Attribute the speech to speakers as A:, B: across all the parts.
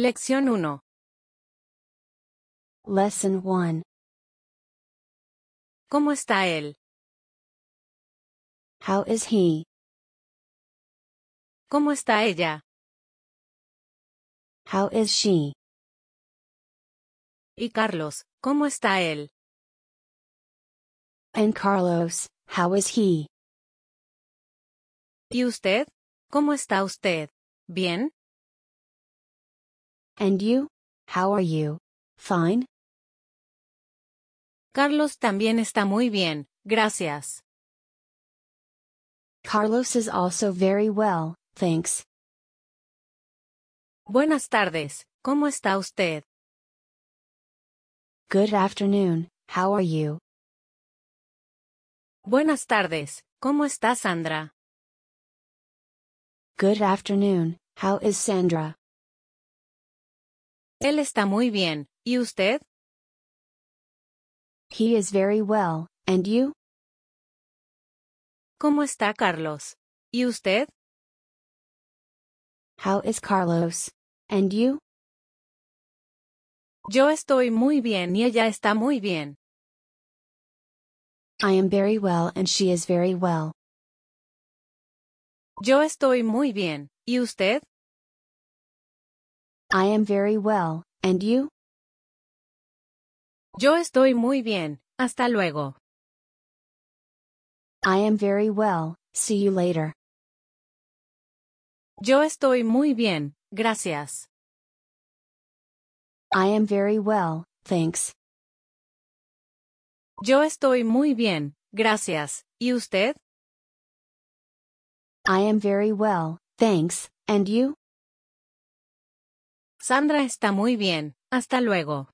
A: Lección 1.
B: Lesson 1.
A: ¿Cómo está él?
B: How is he?
A: ¿Cómo está ella?
B: How is she?
A: Y Carlos, ¿cómo está él?
B: And Carlos, how is he?
A: ¿Y usted? ¿Cómo está usted? ¿Bien?
B: And you? How are you? Fine?
A: Carlos también está muy bien, gracias.
B: Carlos is also very well, thanks.
A: Buenas tardes, ¿cómo está usted?
B: Good afternoon, how are you?
A: Buenas tardes, ¿cómo está Sandra?
B: Good afternoon, how is Sandra?
A: Él está muy bien, ¿y usted?
B: He is very well, and you?
A: ¿Cómo está Carlos? ¿Y usted?
B: How is Carlos? And you?
A: Yo estoy muy bien y ella está muy bien.
B: I am very well and she is very well.
A: Yo estoy muy bien, ¿y usted?
B: I am very well, and you?
A: Yo estoy muy bien, hasta luego.
B: I am very well, see you later.
A: Yo estoy muy bien, gracias.
B: I am very well, thanks.
A: Yo estoy muy bien, gracias, ¿y usted?
B: I am very well, thanks, and you?
A: Sandra está muy bien, hasta luego.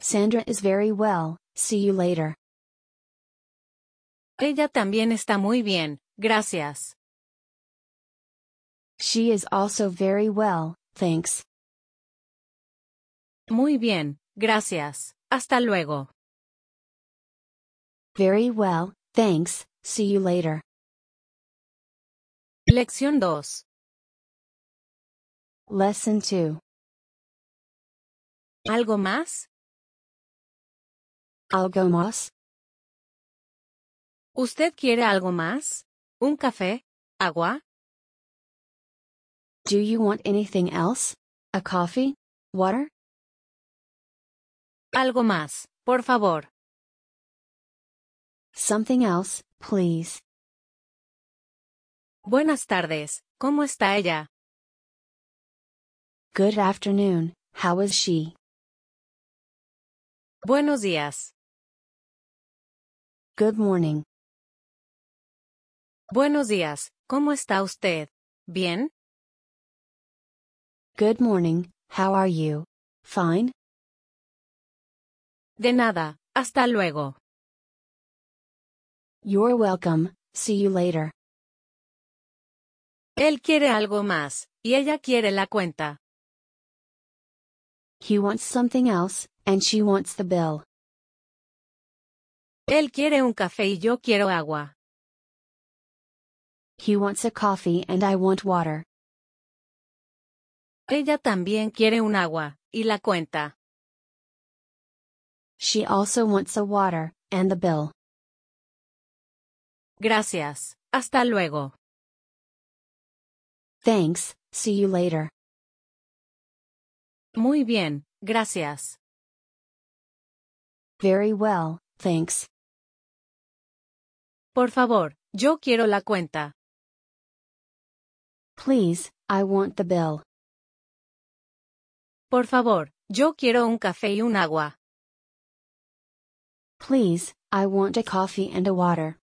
B: Sandra is very well, see you later.
A: Ella también está muy bien, gracias.
B: She is also very well, thanks.
A: Muy bien, gracias, hasta luego.
B: Very well, thanks, see you later.
A: Lección 2.
B: Lesson 2.
A: ¿Algo más?
B: Algo más?
A: ¿Usted quiere algo más? ¿Un café? ¿Agua?
B: Do you want anything else? A coffee? Water?
A: Algo más, por favor.
B: Something else, please.
A: Buenas tardes, ¿cómo está ella?
B: Good afternoon, how is she?
A: Buenos días.
B: Good morning.
A: Buenos días, ¿cómo está usted? ¿Bien?
B: Good morning, how are you? Fine?
A: De nada, hasta luego.
B: You're welcome, see you later.
A: Él quiere algo más, y ella quiere la cuenta.
B: He wants something else, and she wants the bill.
A: Él quiere un café y yo quiero agua.
B: He wants a coffee and I want water.
A: Ella también quiere un agua, y la cuenta.
B: She also wants a water, and the bill.
A: Gracias, hasta luego.
B: Thanks, see you later.
A: Muy bien, gracias.
B: Very well, thanks.
A: Por favor, yo quiero la cuenta.
B: Please, I want the bill.
A: Por favor, yo quiero un café y un agua.
B: Please, I want a coffee and a water.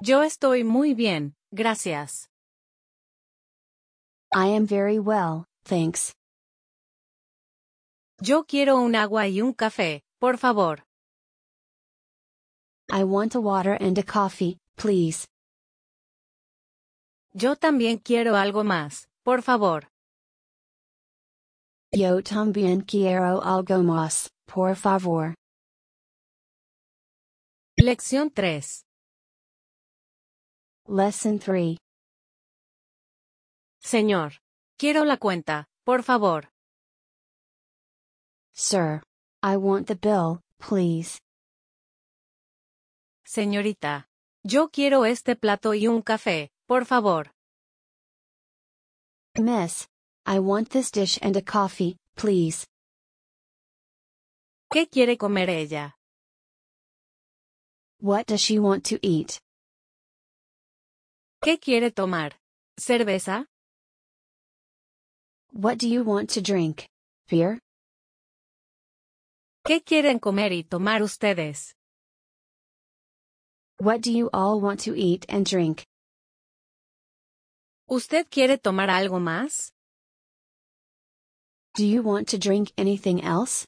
A: Yo estoy muy bien, gracias.
B: I am very well, thanks.
A: Yo quiero un agua y un café, por favor.
B: I want a water and a coffee, please.
A: Yo también quiero algo más, por favor.
B: Yo también quiero algo más, por favor.
A: Lección 3.
B: Lesson 3.
A: Señor, Quiero la cuenta, por favor.
B: Sir. I want the bill, please.
A: Señorita. Yo quiero este plato y un café, por favor.
B: Miss. I want this dish and a coffee, please.
A: ¿Qué quiere comer ella?
B: What does she want to eat?
A: ¿Qué quiere tomar? ¿Cerveza?
B: What do you want to drink? Beer?
A: ¿Qué quieren comer y tomar ustedes?
B: What do you all want to eat and drink?
A: ¿Usted quiere tomar algo más?
B: Do you want to drink anything else?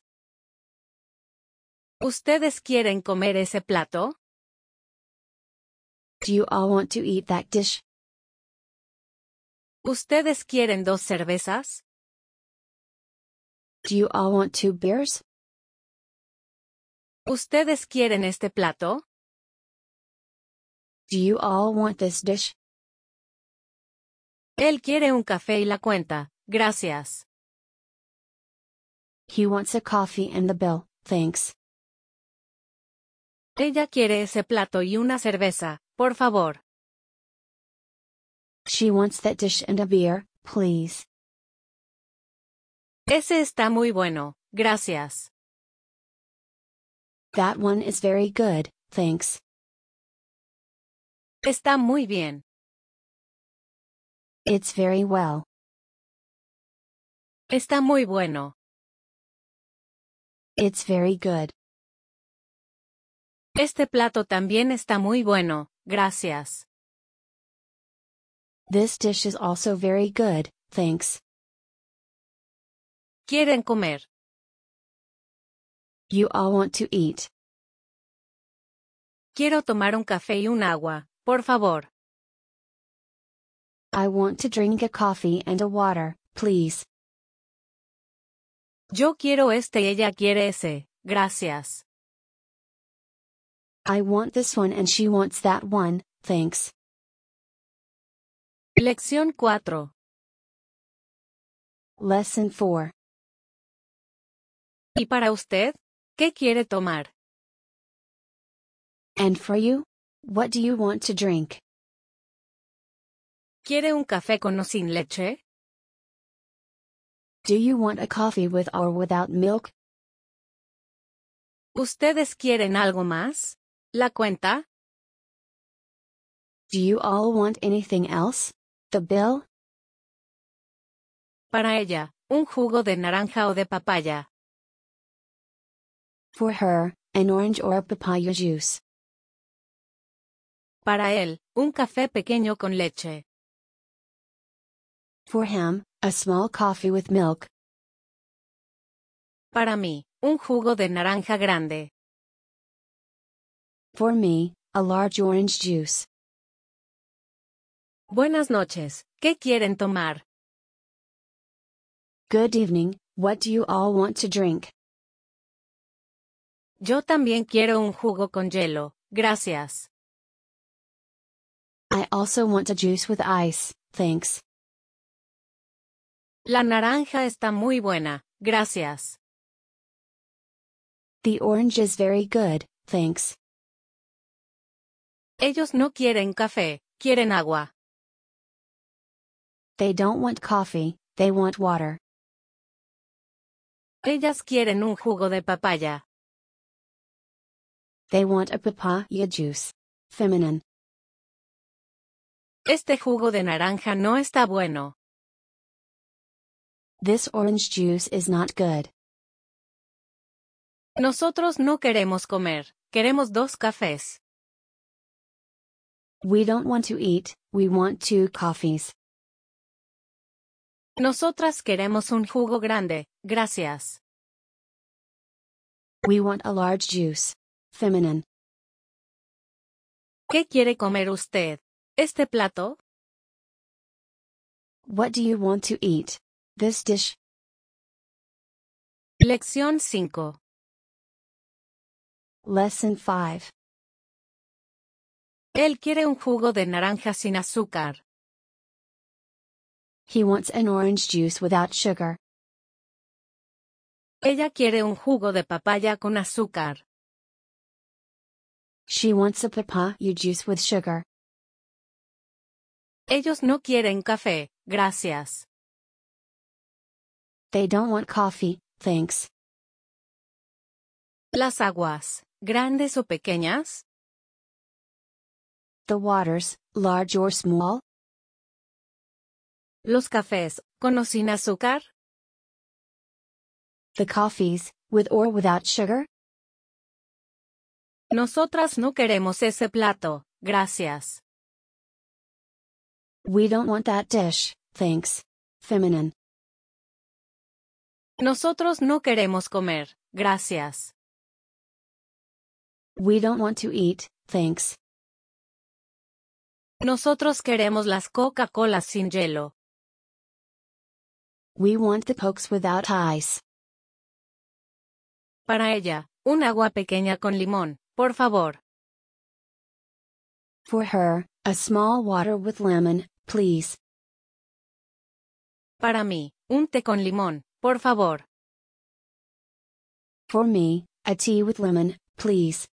A: ¿Ustedes quieren comer ese plato?
B: Do you all want to eat that dish?
A: ¿Ustedes quieren dos cervezas?
B: Do you all want two beers?
A: ¿Ustedes quieren este plato?
B: Do you all want this dish?
A: Él quiere un café y la cuenta, gracias.
B: He wants a coffee and the bill, thanks.
A: Ella quiere ese plato y una cerveza, por favor.
B: She wants that dish and a beer, please.
A: Ese está muy bueno, gracias.
B: That one is very good, thanks.
A: Está muy bien.
B: It's very well.
A: Está muy bueno.
B: It's very good.
A: Este plato también está muy bueno, gracias.
B: This dish is also very good, thanks.
A: ¿Quieren comer?
B: You all want to eat.
A: Quiero tomar un café y un agua, por favor.
B: I want to drink a coffee and a water, please.
A: Yo quiero este y ella quiere ese, gracias.
B: I want this one and she wants that one, thanks.
A: Lección 4.
B: Lesson 4.
A: ¿Y para usted? ¿Qué quiere tomar?
B: And for you? What do you want to drink?
A: ¿Quiere un café con o sin leche?
B: Do you want a coffee with or without milk?
A: ¿Ustedes quieren algo más? ¿La cuenta?
B: Do you all want anything else? The bill?
A: Para ella, un jugo de naranja o de papaya.
B: For her, an orange or papaya juice.
A: Para él, un café pequeño con leche.
B: For him, a small coffee with milk.
A: Para mí, un jugo de naranja grande.
B: For me, a large orange juice.
A: Buenas noches, ¿qué quieren tomar?
B: Good evening, what do you all want to drink?
A: Yo también quiero un jugo con hielo, gracias.
B: I also want a juice with ice, thanks.
A: La naranja está muy buena, gracias.
B: The orange is very good, thanks.
A: Ellos no quieren café, quieren agua.
B: They don't want coffee, they want water.
A: Ellas quieren un jugo de papaya.
B: They want a papaya juice. Feminine.
A: Este jugo de naranja no está bueno.
B: This orange juice is not good.
A: Nosotros no queremos comer, queremos dos cafés.
B: We don't want to eat, we want two coffees.
A: Nosotras queremos un jugo grande, gracias.
B: We want a large juice. Feminine.
A: ¿Qué quiere comer usted? ¿Este plato?
B: What do you want to eat? This dish.
A: Lección 5.
B: Lesson 5.
A: Él quiere un jugo de naranja sin azúcar.
B: He wants an orange juice without sugar.
A: Ella quiere un jugo de papaya con azúcar.
B: She wants a papaya juice with sugar.
A: Ellos no quieren café, gracias.
B: They don't want coffee, thanks.
A: Las aguas, grandes o pequeñas?
B: The waters, large or small?
A: Los cafés, con o sin azúcar?
B: The coffees, with or without sugar?
A: Nosotras no queremos ese plato, gracias.
B: We don't want that dish, thanks. Feminine.
A: Nosotros no queremos comer, gracias.
B: We don't want to eat, thanks.
A: Nosotros queremos las Coca-Colas sin hielo.
B: We want the cokes without ice.
A: Para ella, un agua pequeña con limón, por favor.
B: For her, a small water with lemon, please.
A: Para mí, un té con limón, por favor.
B: For me, a tea with lemon, please.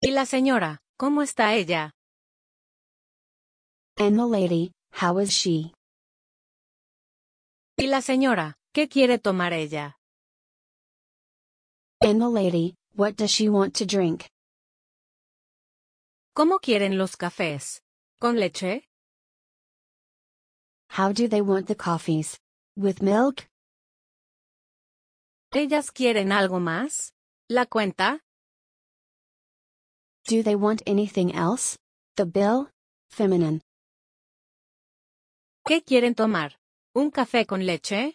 A: Y la señora, ¿cómo está ella?
B: And the lady, how is she?
A: Y la señora, ¿qué quiere tomar ella?
B: And the lady, what does she want to drink?
A: ¿Cómo quieren los cafés? ¿Con leche?
B: How do they want the coffees? With milk?
A: ¿Ellas quieren algo más? ¿La cuenta?
B: Do they want anything else? The bill? Feminine.
A: ¿Qué quieren tomar? ¿Un café con leche?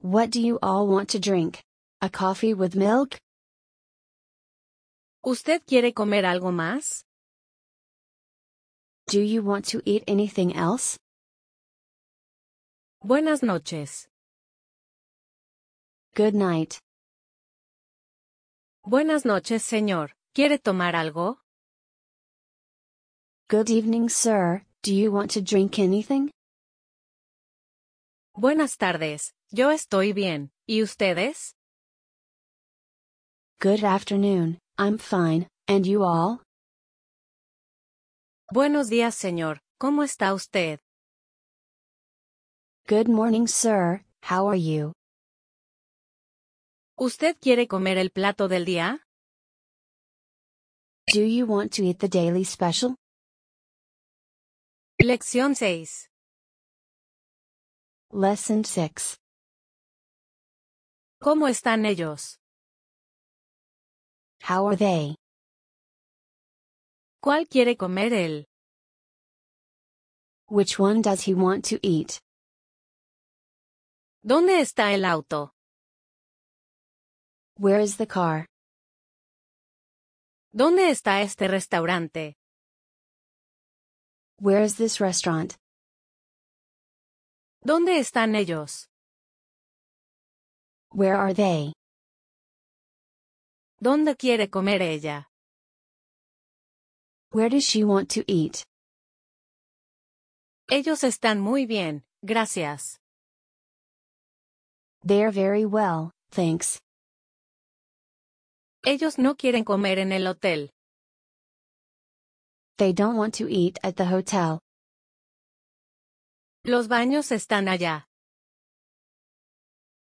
B: What do you all want to drink? A coffee with milk?
A: ¿Usted quiere comer algo más?
B: Do you want to eat anything else?
A: Buenas noches.
B: Good night.
A: Buenas noches, señor. ¿Quiere tomar algo?
B: Good evening, sir. Do you want to drink anything?
A: Buenas tardes. Yo estoy bien. ¿Y ustedes?
B: Good afternoon. I'm fine. And you all?
A: Buenos días, señor. ¿Cómo está usted?
B: Good morning, sir. How are you?
A: ¿Usted quiere comer el plato del día?
B: Do you want to eat the daily special?
A: Lección 6.
B: Lesson 6.
A: ¿Cómo están ellos?
B: How are they?
A: ¿Cuál quiere comer él?
B: Which one does he want to eat?
A: ¿Dónde está el auto?
B: Where is the car?
A: ¿Dónde está este restaurante?
B: Where is this restaurant?
A: ¿Dónde están ellos?
B: Where are they?
A: ¿Dónde quiere comer ella?
B: Where does she want to eat?
A: Ellos están muy bien, gracias.
B: They're very well, thanks.
A: Ellos no quieren comer en el hotel.
B: They don't want to eat at the hotel.
A: Los baños están allá.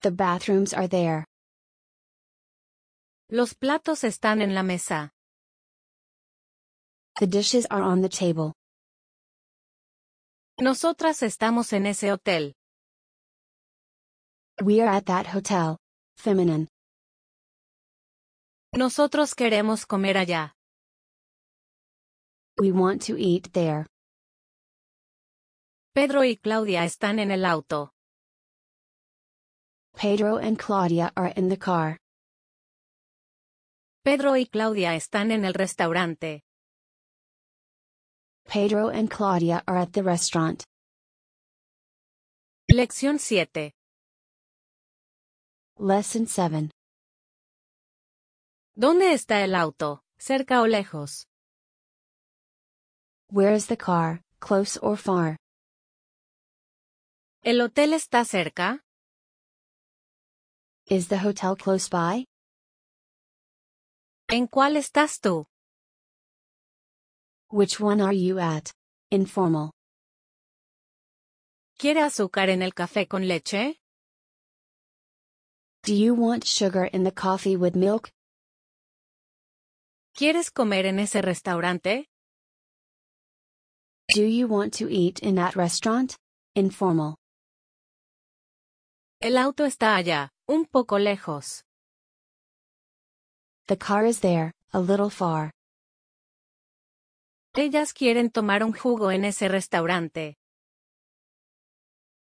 B: The bathrooms are there.
A: Los platos están en la mesa.
B: The dishes are on the table.
A: Nosotras estamos en ese hotel.
B: We are at that hotel. Feminine.
A: Nosotros queremos comer allá.
B: We want to eat there.
A: Pedro y Claudia están en el auto.
B: Pedro and Claudia are in the car.
A: Pedro y Claudia están en el restaurante.
B: Pedro and Claudia are at the restaurant.
A: Lección 7.
B: Lesson 7.
A: ¿Dónde está el auto? ¿Cerca o lejos?
B: Where is the car? close or far.
A: ¿El hotel está cerca?
B: Is the hotel close by?
A: ¿En cuál estás tú?
B: Which one are you at? Informal.
A: ¿Quiere azúcar en el café con leche?
B: Do you want sugar in the coffee with milk?
A: ¿Quieres comer en ese restaurante?
B: Do you want to eat in that restaurant? Informal.
A: El auto está allá, un poco lejos.
B: The car is there, a little far.
A: Ellas quieren tomar un jugo en ese restaurante.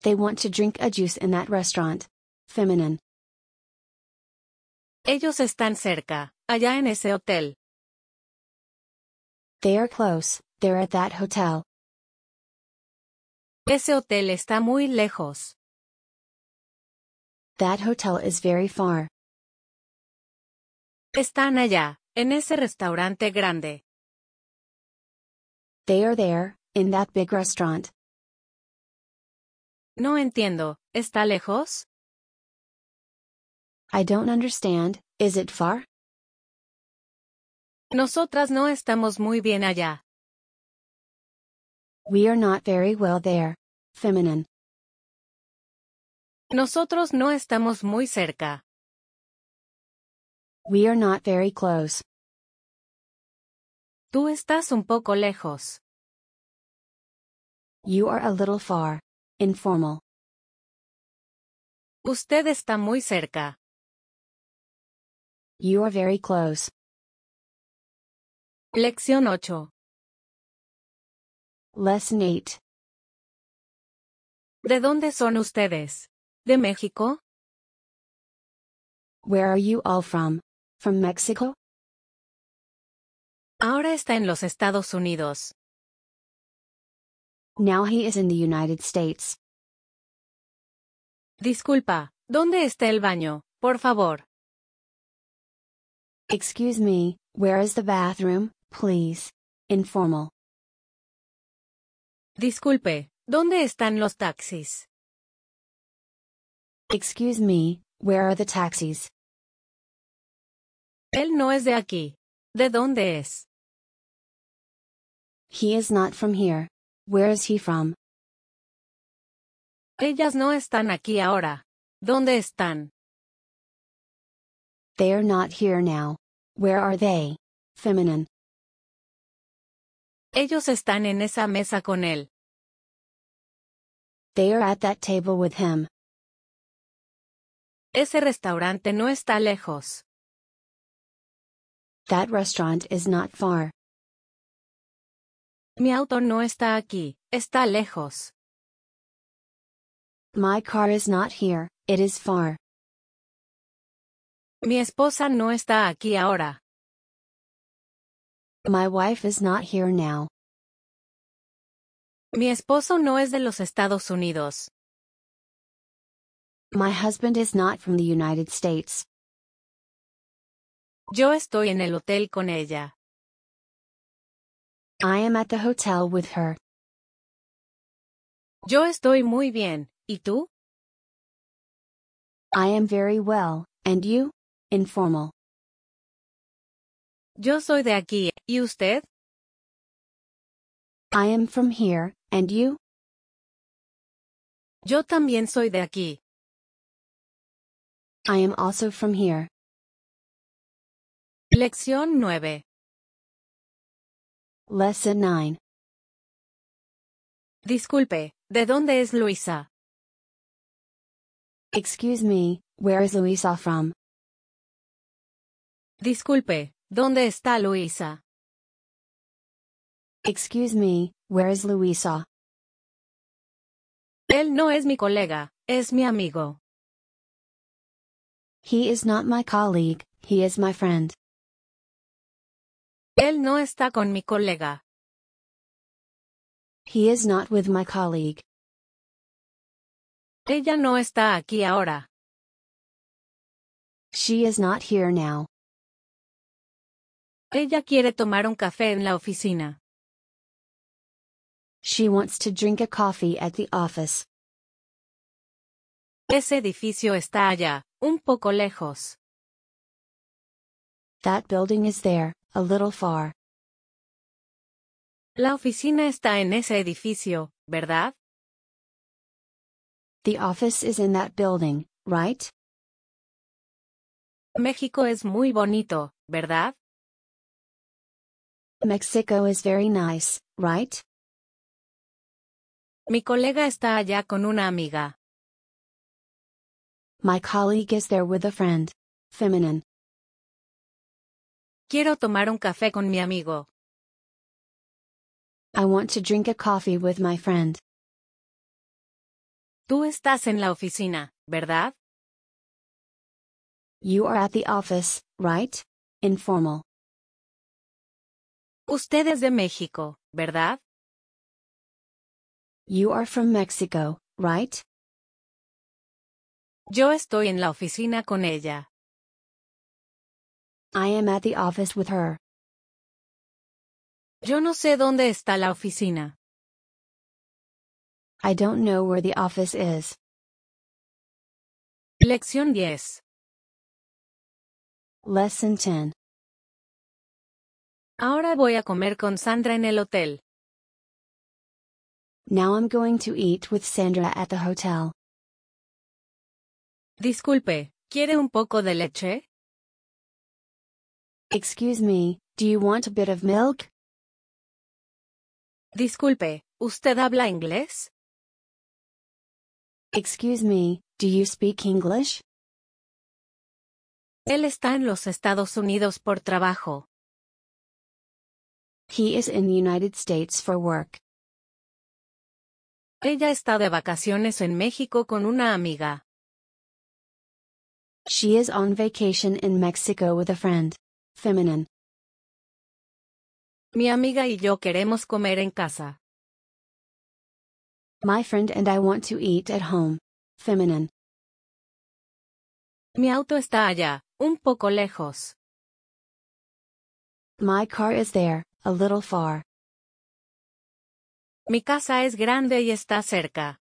B: They want to drink a juice in that restaurant. Feminine.
A: Ellos están cerca, allá en ese hotel.
B: They are close, they're at that hotel.
A: Ese hotel está muy lejos.
B: That hotel is very far.
A: Están allá, en ese restaurante grande.
B: They are there, in that big restaurant.
A: No entiendo, ¿está lejos?
B: I don't understand, is it far?
A: Nosotras no estamos muy bien allá.
B: We are not very well there. Feminine.
A: Nosotros no estamos muy cerca.
B: We are not very close.
A: Tú estás un poco lejos.
B: You are a little far. Informal.
A: Usted está muy cerca.
B: You are very close.
A: Lección 8.
B: Lesson 8.
A: ¿De dónde son ustedes? ¿De México?
B: Where are you all from? From Mexico?
A: Ahora está en los Estados Unidos.
B: Now he is in the United States.
A: Disculpa, ¿dónde está el baño? Por favor.
B: Excuse me, where is the bathroom, please? Informal.
A: Disculpe, ¿dónde están los taxis?
B: Excuse me, where are the taxis?
A: Él no es de aquí. ¿De dónde es?
B: He is not from here. Where is he from?
A: Ellas no están aquí ahora. ¿Dónde están?
B: They are not here now. Where are they? Feminine.
A: Ellos están en esa mesa con él.
B: They are at that table with him.
A: Ese restaurante no está lejos.
B: That restaurant is not far.
A: Mi auto no está aquí, está lejos.
B: My car is not here, it is far.
A: Mi esposa no está aquí ahora.
B: My wife is not here now.
A: Mi esposo no es de los Estados Unidos.
B: My husband is not from the United States.
A: Yo estoy en el hotel con ella.
B: I am at the hotel with her.
A: Yo estoy muy bien, ¿y tú?
B: I am very well, and you? Informal.
A: Yo soy de aquí, ¿y usted?
B: I am from here, and you?
A: Yo también soy de aquí.
B: I am also from here.
A: Lección 9.
B: Lesson 9.
A: Disculpe, ¿de dónde es Luisa?
B: Excuse me, where is Luisa from?
A: Disculpe, ¿dónde está Luisa?
B: Excuse me, where is Luisa?
A: Él no es mi colega, es mi amigo.
B: He is not my colleague, he is my friend.
A: Él no está con mi colega.
B: He is not with my colleague.
A: Ella no está aquí ahora.
B: She is not here now.
A: Ella quiere tomar un café en la oficina.
B: She wants to drink a coffee at the office.
A: Ese edificio está allá, un poco lejos.
B: That building is there, a little far.
A: La oficina está en ese edificio, ¿verdad?
B: The office is in that building, right?
A: México es muy bonito, ¿verdad?
B: Mexico is very nice, right?
A: Mi colega está allá con una amiga.
B: My colleague is there with a friend. Feminine.
A: Quiero tomar un café con mi amigo.
B: I want to drink a coffee with my friend.
A: Tú estás en la oficina, ¿verdad?
B: You are at the office, right? Informal.
A: Usted es de México, ¿verdad?
B: You are from Mexico, right?
A: Yo estoy en la oficina con ella.
B: I am at the office with her.
A: Yo no sé dónde está la oficina.
B: I don't know where the office is.
A: Lección 10.
B: Lesson 10.
A: Ahora voy a comer con Sandra en el hotel.
B: Now I'm going to eat with Sandra at the hotel.
A: Disculpe, ¿quiere un poco de leche?
B: Excuse me, do you want a bit of milk?
A: Disculpe, ¿usted habla inglés?
B: Excuse me, do you speak English?
A: Él está en los Estados Unidos por trabajo.
B: He is in the United States for work.
A: Ella está de vacaciones en México con una amiga.
B: She is on vacation in Mexico with a friend. Feminine.
A: Mi amiga y yo queremos comer en casa.
B: My friend and I want to eat at home. Feminine.
A: Mi auto está allá, un poco lejos.
B: My car is there, a little far.
A: Mi casa es grande y está cerca.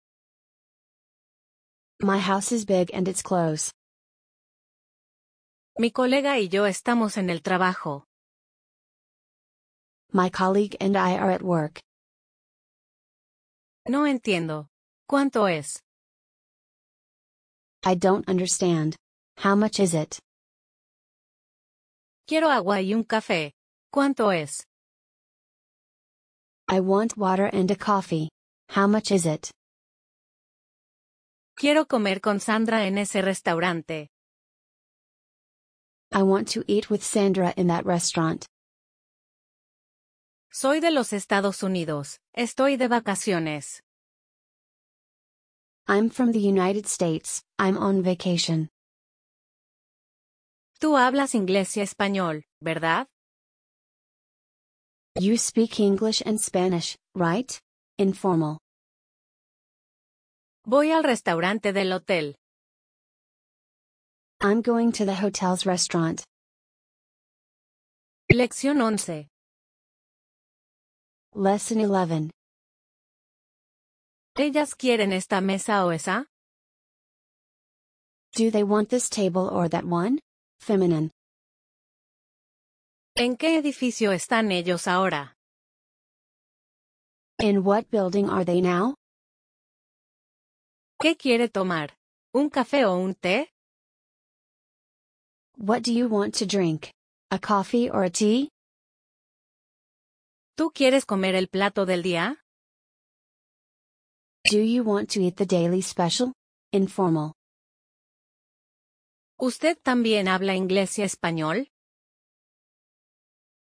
B: My house is big and it's close.
A: Mi colega y yo estamos en el trabajo.
B: My colleague and I are at work.
A: No entiendo. ¿Cuánto es?
B: I don't understand. How much is it?
A: Quiero agua y un café. ¿Cuánto es?
B: I want water and a coffee. How much is it?
A: Quiero comer con Sandra en ese restaurante.
B: I want to eat with Sandra in that restaurant.
A: Soy de los Estados Unidos, estoy de vacaciones.
B: I'm from the United States. I'm on vacation.
A: Tú hablas inglés y español, ¿verdad?
B: You speak English and Spanish, right? Informal.
A: Voy al restaurante del hotel.
B: I'm going to the hotel's restaurant.
A: Lección 11.
B: Lesson 11.
A: ¿Ellas quieren esta mesa o esa?
B: Do they want this table or that one? Feminine.
A: ¿En qué edificio están ellos ahora?
B: In what building are they now?
A: ¿Qué quiere tomar? ¿Un café o un té?
B: What do you want to drink? A coffee or a tea?
A: ¿Tú quieres comer el plato del día?
B: Do you want to eat the daily special? Informal.
A: ¿Usted también habla inglés y español?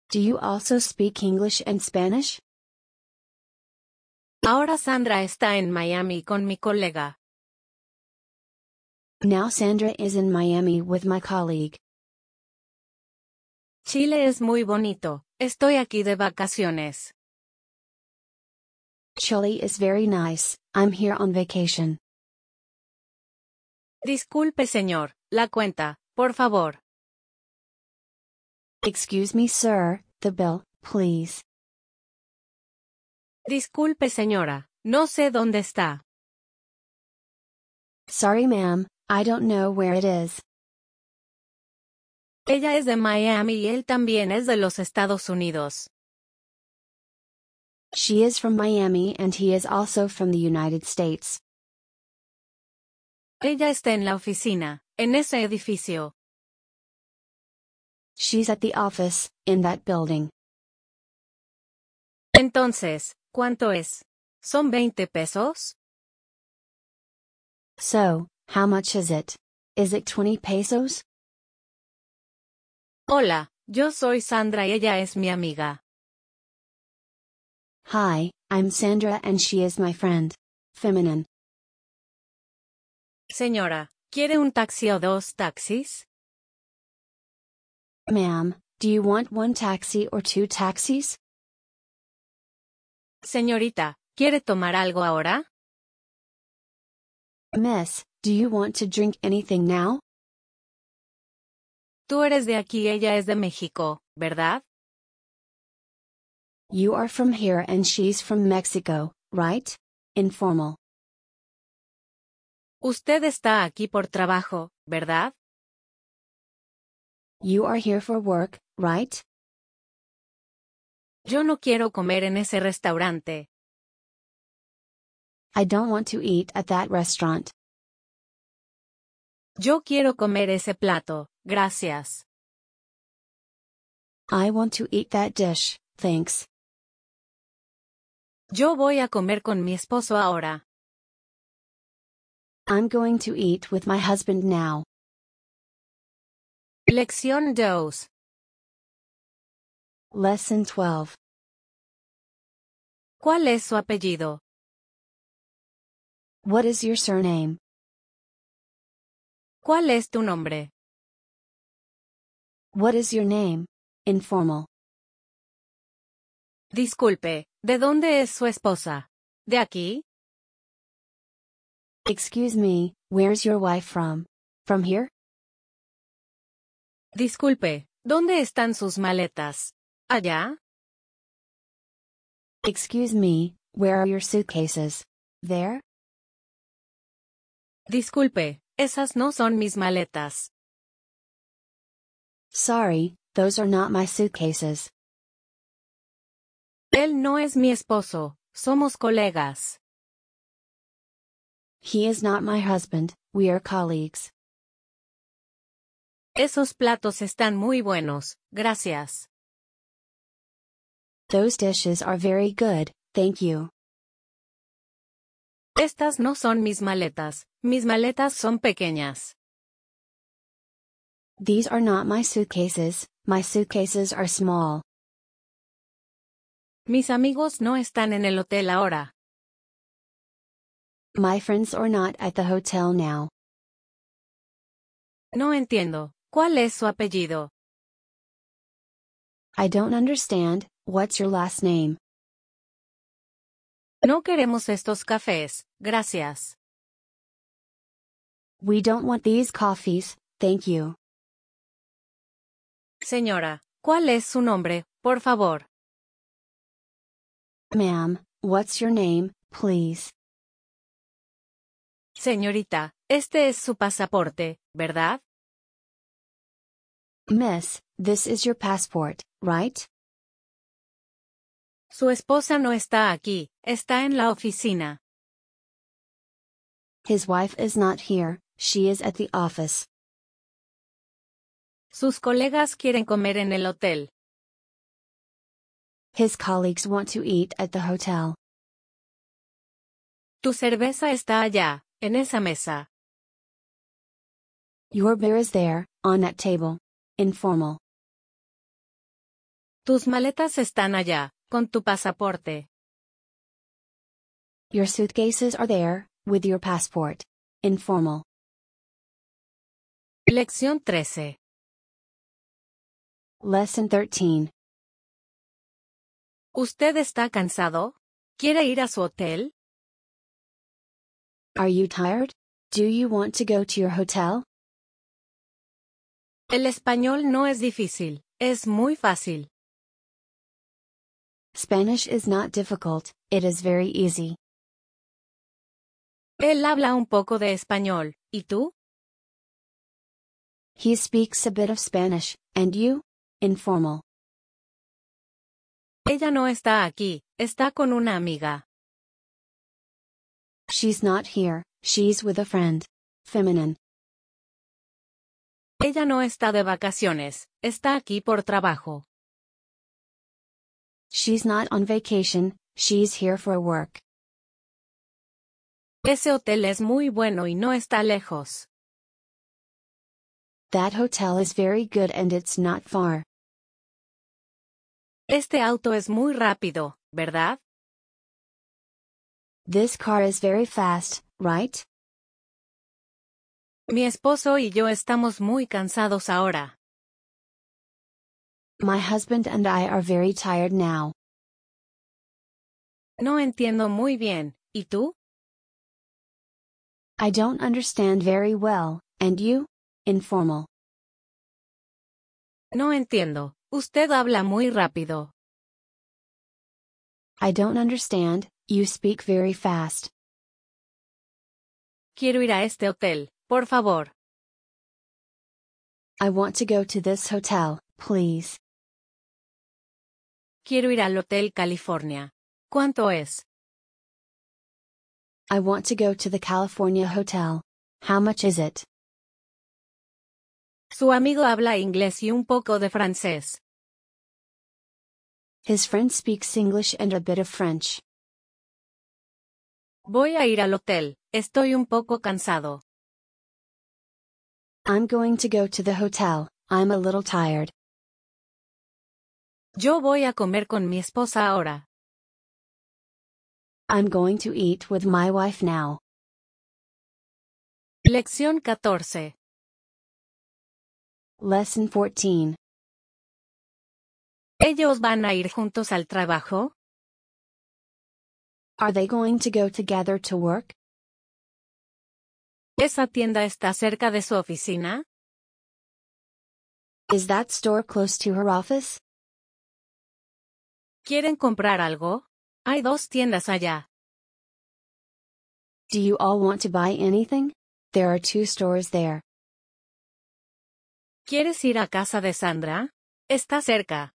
B: Do you also speak English and Spanish?
A: Ahora Sandra está en Miami con mi colega.
B: Now Sandra is in Miami with my colleague.
A: Chile es muy bonito, estoy aquí de vacaciones.
B: Chile is very nice. I'm here on vacation.
A: Disculpe señor, la cuenta, por favor.
B: Excuse me, sir, the bill, please.
A: Disculpe señora, no sé dónde está.
B: Sorry, ma'am, I don't know where it is.
A: Ella es de Miami y él también es de los Estados Unidos.
B: She is from Miami and he is also from the United States.
A: Ella está en la oficina, en ese edificio.
B: She's at the office, in that building.
A: Entonces, ¿cuánto es? ¿Son 20 pesos?
B: So, how much is it? Is it 20 pesos?
A: Hola, yo soy Sandra y ella es mi amiga.
B: Hi, I'm Sandra and she is my friend. Feminine.
A: Señora, ¿quiere un taxi o dos taxis?
B: Ma'am, do you want one taxi or two taxis?
A: Señorita, ¿quiere tomar algo ahora?
B: Miss, do you want to drink anything now?
A: Tú eres de aquí, ella es de México, ¿verdad?
B: You are from here and she's from Mexico, right? Informal.
A: Usted está aquí por trabajo, ¿verdad?
B: You are here for work, right?
A: Yo no quiero comer en ese restaurante.
B: I don't want to eat at that restaurant.
A: Yo quiero comer ese plato, gracias.
B: I want to eat that dish, thanks.
A: Yo voy a comer con mi esposo ahora.
B: I'm going to eat with my husband now.
A: Lección 2.
B: Lesson 12.
A: ¿Cuál es su apellido?
B: What is your surname?
A: ¿Cuál es tu nombre?
B: What is your name? Informal.
A: Disculpe, ¿de dónde es su esposa? ¿De aquí?
B: Excuse me, where's your wife from? From here?
A: Disculpe, ¿dónde están sus maletas? ¿Allá?
B: Excuse me, where are your suitcases? There?
A: Disculpe, esas no son mis maletas.
B: Sorry, those are not my suitcases.
A: Él no es mi esposo, somos colegas.
B: He is not my husband, we are colleagues.
A: Esos platos están muy buenos, gracias.
B: Those dishes are very good, thank you.
A: Estas no son mis maletas, mis maletas son pequeñas.
B: These are not my suitcases, my suitcases are small.
A: Mis amigos no están en el hotel ahora.
B: My friends are not at the hotel now.
A: No entiendo. ¿Cuál es su apellido?
B: I don't understand, what's your last name?
A: No queremos estos cafés, gracias.
B: We don't want these coffees, thank you.
A: Señora, ¿cuál es su nombre, por favor?
B: Ma'am, what's your name, please?
A: Señorita, este es su pasaporte, ¿verdad?
B: Miss, this is your passport, right?
A: Su esposa no está aquí, está en la oficina.
B: His wife is not here, she is at the office.
A: Sus colegas quieren comer en el hotel.
B: His colleagues want to eat at the hotel.
A: Tu cerveza está allá, en esa mesa.
B: Your beer is there, on that table. Informal.
A: Tus maletas están allá, con tu pasaporte.
B: Your suitcases are there, with your passport. Informal.
A: Lección 13.
B: Lesson 13.
A: ¿Usted está cansado? ¿Quiere ir a su hotel?
B: Are you tired? Do you want to go to your hotel?
A: El español no es difícil, es muy fácil.
B: Spanish is not difficult, It is very easy.
A: Él habla un poco de español, ¿y tú?
B: He speaks a bit of Spanish, and you? Informal.
A: Ella no está aquí, está con una amiga.
B: She's not here, she's with a friend. Feminine.
A: Ella no está de vacaciones, está aquí por trabajo.
B: She's not on vacation, she's here for work.
A: Ese hotel es muy bueno y no está lejos.
B: That hotel is very good and it's not far.
A: Este auto es muy rápido, ¿verdad?
B: This car is very fast, right?
A: Mi esposo y yo estamos muy cansados ahora.
B: My husband and I are very tired now.
A: No entiendo muy bien, ¿y tú?
B: I don't understand very well, and you? Informal.
A: No entiendo, usted habla muy rápido.
B: I don't understand, you speak very fast.
A: Quiero ir a este hotel, por favor.
B: I want to go to this hotel, please.
A: Quiero ir al Hotel California. ¿Cuánto es?
B: I want to go to the California Hotel. How much is it?
A: Su amigo habla inglés y un poco de francés.
B: His friend speaks English and a bit of French.
A: Voy a ir al hotel, estoy un poco cansado.
B: I'm going to go to the hotel, I'm a little tired.
A: Yo voy a comer con mi esposa ahora.
B: I'm going to eat with my wife now.
A: Lección 14.
B: Lesson 14.
A: ¿Ellos van a ir juntos al trabajo?
B: Are they going to go together to work?
A: ¿Esa tienda está cerca de su oficina?
B: Is that store close to her office?
A: ¿Quieren comprar algo? Hay dos tiendas allá.
B: Do you all want to buy anything? There are two stores there.
A: ¿Quieres ir a casa de Sandra? Está cerca.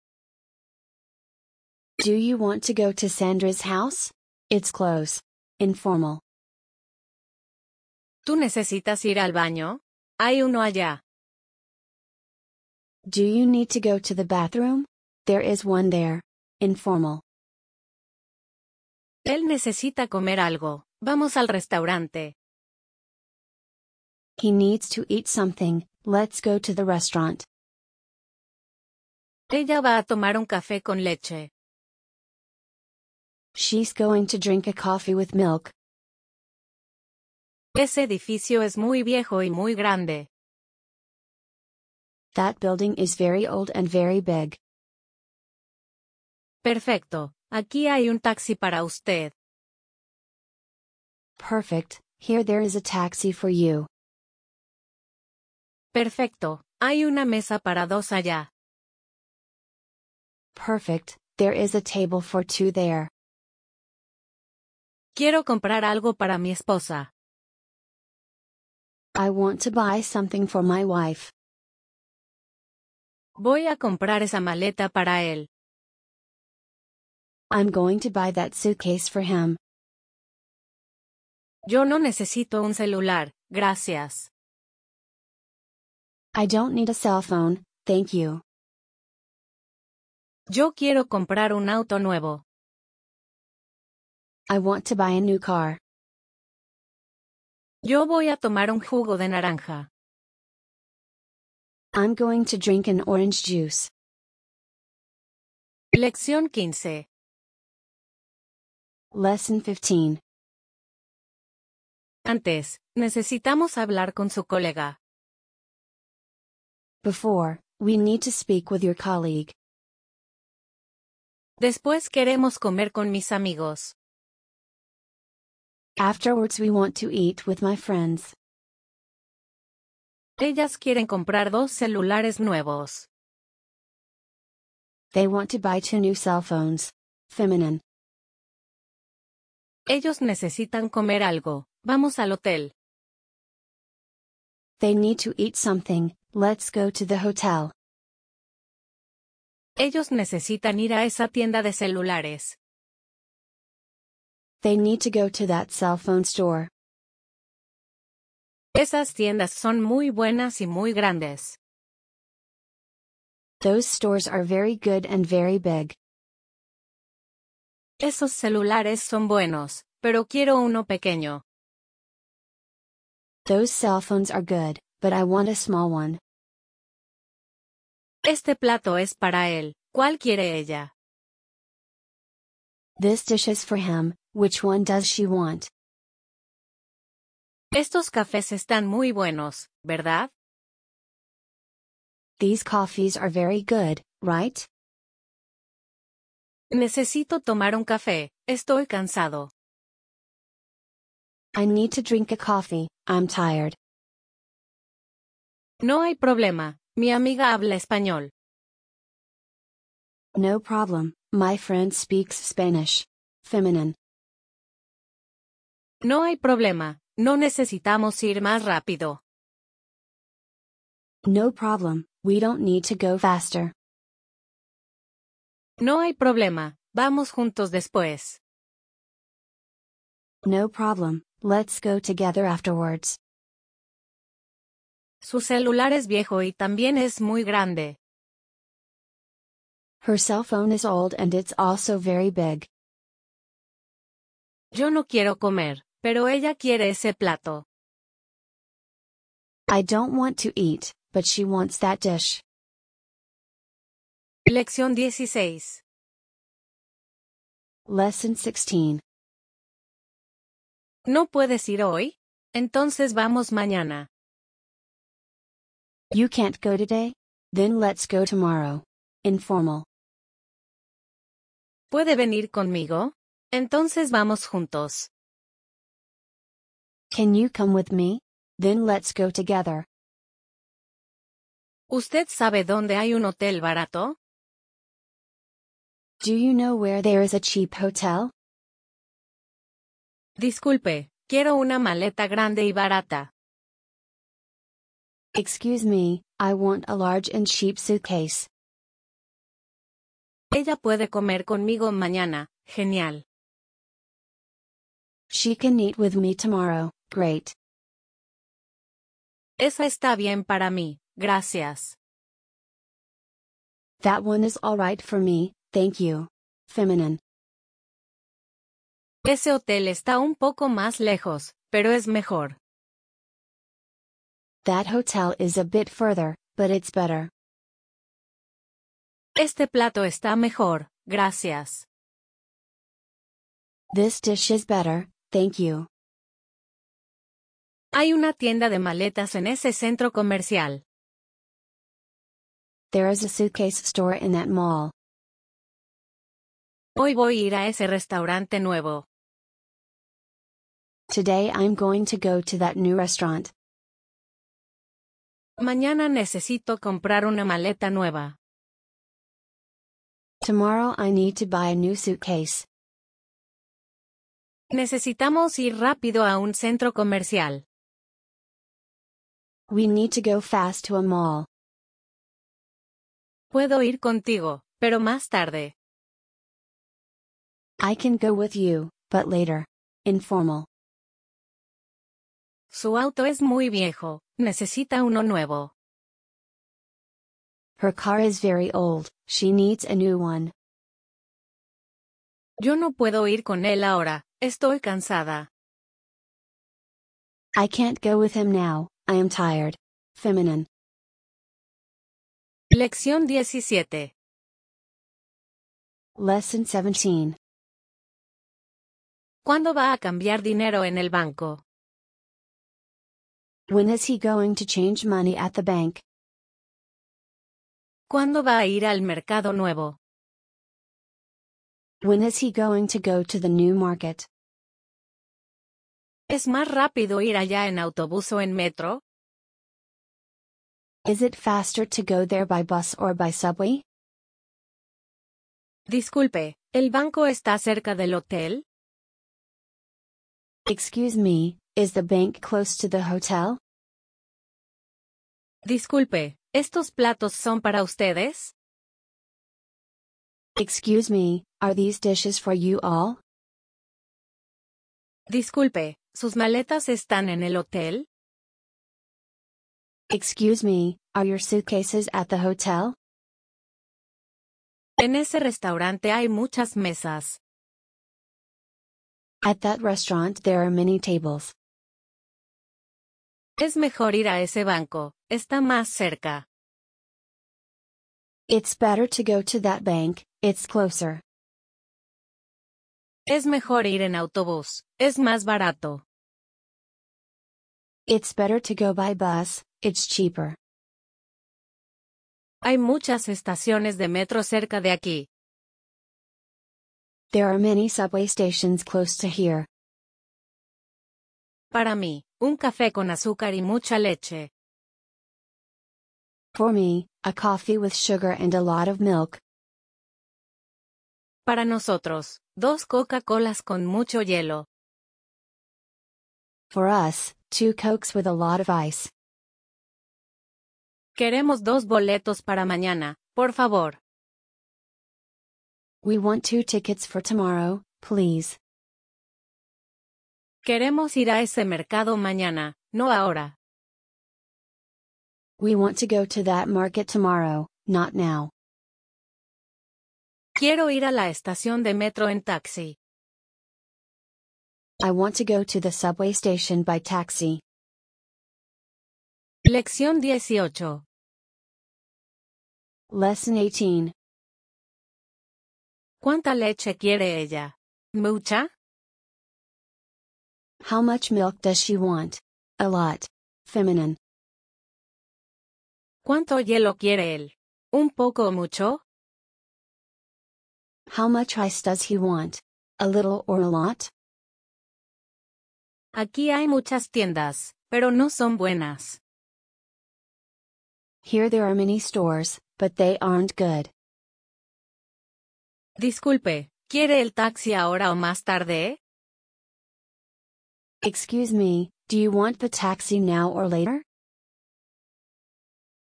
B: Do you want to go to Sandra's house? It's close. Informal.
A: ¿Tú necesitas ir al baño? Hay uno allá.
B: Do you need to go to the bathroom? There is one there. Informal.
A: Él necesita comer algo. Vamos al restaurante.
B: He needs to eat something, let's go to the restaurant.
A: Ella va a tomar un café con leche.
B: She's going to drink a coffee with milk.
A: Ese edificio es muy viejo y muy grande.
B: That building is very old and very big.
A: Perfecto. Aquí hay un taxi para usted.
B: Perfect, here there is a taxi for you.
A: Perfecto. Hay una mesa para dos allá.
B: Perfect, there is a table for two there.
A: Quiero comprar algo para mi esposa.
B: I want to buy something for my wife.
A: Voy a comprar esa maleta para él.
B: I'm going to buy that suitcase for him.
A: Yo no necesito un celular, gracias.
B: I don't need a cell phone, thank you.
A: Yo quiero comprar un auto nuevo.
B: I want to buy a new car.
A: Yo voy a tomar un jugo de naranja.
B: I'm going to drink an orange juice.
A: Lección 15.
B: Lesson 15.
A: Antes, necesitamos hablar con su colega.
B: Before, we need to speak with your colleague.
A: Después queremos comer con mis amigos.
B: Afterwards, we want to eat with my friends.
A: Ellas quieren comprar dos celulares nuevos.
B: They want to buy two new cell phones. Feminine.
A: Ellos necesitan comer algo. Vamos al hotel.
B: They need to eat something, let's go to the hotel.
A: Ellos necesitan ir a esa tienda de celulares.
B: They need to go to that cell phone store.
A: Esas tiendas son muy buenas y muy grandes.
B: Those stores are very good and very big.
A: Esos celulares son buenos, pero quiero uno pequeño.
B: Those cell phones are good, but I want a small one.
A: Este plato es para él. ¿Cuál quiere ella?
B: This dish is for him, which one does she want?
A: Estos cafés están muy buenos, ¿verdad?
B: These coffees are very good, right?
A: Necesito tomar un café, estoy cansado.
B: I need to drink a coffee, I'm tired.
A: No hay problema, mi amiga habla español.
B: No problem, my friend speaks Spanish. Feminine.
A: No hay problema, no necesitamos ir más rápido.
B: No problem, we don't need to go faster.
A: No hay problema, vamos juntos después.
B: No problem, let's go together afterwards.
A: Su celular es viejo y también es muy grande.
B: Her cell phone is old and it's also very big.
A: Yo no quiero comer, pero ella quiere ese plato.
B: I don't want to eat, but she wants that dish.
A: Lección 16.
B: Lesson 16.
A: ¿No puedes ir hoy? Entonces vamos mañana.
B: You can't go today? Then let's go tomorrow. Informal.
A: ¿Puede venir conmigo? Entonces vamos juntos.
B: Can you come with me? Then let's go together.
A: ¿Usted sabe dónde hay un hotel barato?
B: Do you know where there is a cheap hotel?
A: Disculpe, quiero una maleta grande y barata.
B: Excuse me, I want a large and cheap suitcase.
A: Ella puede comer conmigo mañana, genial.
B: She can eat with me tomorrow, great.
A: Esa está bien para mí, gracias.
B: That one is alright for me, thank you. Feminine.
A: Ese hotel está un poco más lejos, pero es mejor.
B: That hotel is a bit further, but it's better.
A: Este plato está mejor, gracias.
B: This dish is better, thank you.
A: Hay una tienda de maletas en ese centro comercial.
B: There is a suitcase store in that mall.
A: Hoy voy a ir a ese restaurante nuevo.
B: Today I'm going to go to that new restaurant.
A: Mañana necesito comprar una maleta nueva.
B: Tomorrow I need to buy a new suitcase.
A: Necesitamos ir rápido a un centro comercial.
B: We need to go fast to a mall.
A: Puedo ir contigo, pero más tarde.
B: I can go with you, but later. Informal.
A: Su auto es muy viejo, necesita uno nuevo.
B: Her car is very old, she needs a new one.
A: Yo no puedo ir con él ahora, estoy cansada.
B: I can't go with him now, I am tired. Feminine.
A: Lección 17.
B: Lesson 17.
A: ¿Cuándo va a cambiar dinero en el banco?
B: When is he going to change money at the bank?
A: ¿Cuándo va a ir al mercado nuevo?
B: When is he going to go to the new market?
A: ¿Es más rápido ir allá en autobús o en metro?
B: Is it faster to go there by bus or by subway?
A: Disculpe, ¿el banco está cerca del hotel?
B: Excuse me, is the bank close to the hotel?
A: Disculpe, ¿estos platos son para ustedes?
B: Excuse me, are these dishes for you all?
A: Disculpe, ¿sus maletas están en el hotel?
B: Excuse me, are your suitcases at the hotel?
A: En ese restaurante hay muchas mesas.
B: At that restaurant there are many tables.
A: Es mejor ir a ese banco, está más cerca.
B: It's better to go to that bank, it's closer.
A: Es mejor ir en autobús, es más barato.
B: It's better to go by bus, it's cheaper.
A: Hay muchas estaciones de metro cerca de aquí.
B: There are many subway stations close to here.
A: Para mí, un café con azúcar y mucha leche.
B: For me, a coffee with sugar and a lot of milk.
A: Para nosotros, dos Coca-Colas con mucho hielo.
B: For us, two cokes with a lot of ice.
A: Queremos dos boletos para mañana, por favor.
B: We want two tickets for tomorrow, please.
A: Queremos ir a ese mercado mañana, no ahora.
B: We want to go to that market tomorrow, not now.
A: Quiero ir a la estación de metro en taxi.
B: I want to go to the subway station by taxi.
A: Lección 18.
B: Lesson 18.
A: ¿Cuánta leche quiere ella? ¿Mucha?
B: How much milk does she want? A lot. Feminine.
A: ¿Cuánto hielo quiere él? ¿Un poco o mucho?
B: How much ice does he want? A little or a lot?
A: Aquí hay muchas tiendas, pero no son buenas.
B: Here there are many stores, but they aren't good.
A: Disculpe, ¿quiere el taxi ahora o más tarde?
B: Excuse me, do you want the taxi now or later?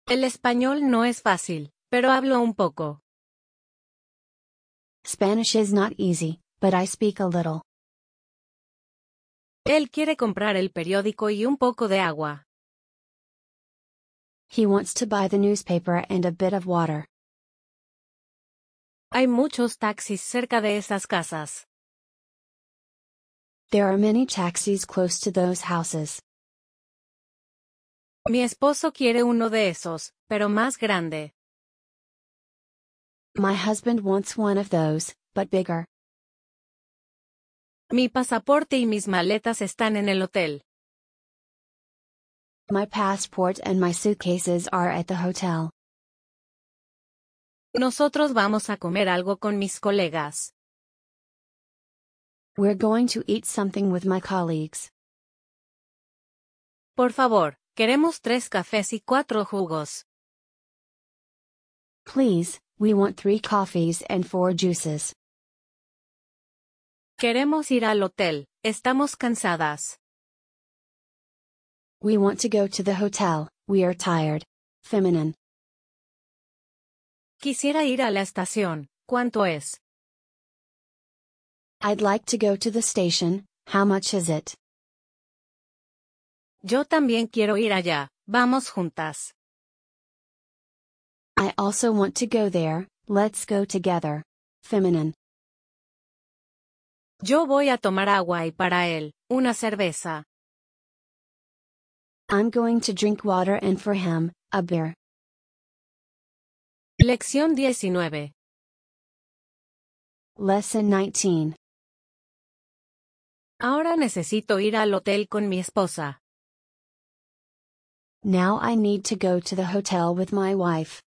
A: El español no es fácil, pero hablo un poco.
B: Spanish is not easy, but I speak a little.
A: Él quiere comprar el periódico y un poco de agua.
B: He wants to buy the newspaper and a bit of water.
A: Hay muchos taxis cerca de esas casas.
B: There are many taxis close to those houses.
A: Mi esposo quiere uno de esos, pero más grande.
B: My husband wants one of those, but bigger.
A: Mi pasaporte y mis maletas están en el hotel.
B: My passport and my suitcases are at the hotel.
A: Nosotros vamos a comer algo con mis colegas.
B: We're going to eat something with my colleagues.
A: Por favor, queremos tres cafés y cuatro jugos.
B: Please, we want three coffees and four juices.
A: Queremos ir al hotel, estamos cansadas.
B: We want to go to the hotel, we are tired. Feminine.
A: Quisiera ir a la estación, ¿cuánto es?
B: I'd like to go to the station, how much is it?
A: Yo también quiero ir allá, vamos juntas.
B: I also want to go there, let's go together. Feminine.
A: Yo voy a tomar agua y para él, una cerveza.
B: I'm going to drink water and for him, a beer.
A: Lección 19.
B: Lesson 19.
A: Ahora necesito ir al hotel con mi esposa.
B: Now I need to go to the hotel with my wife.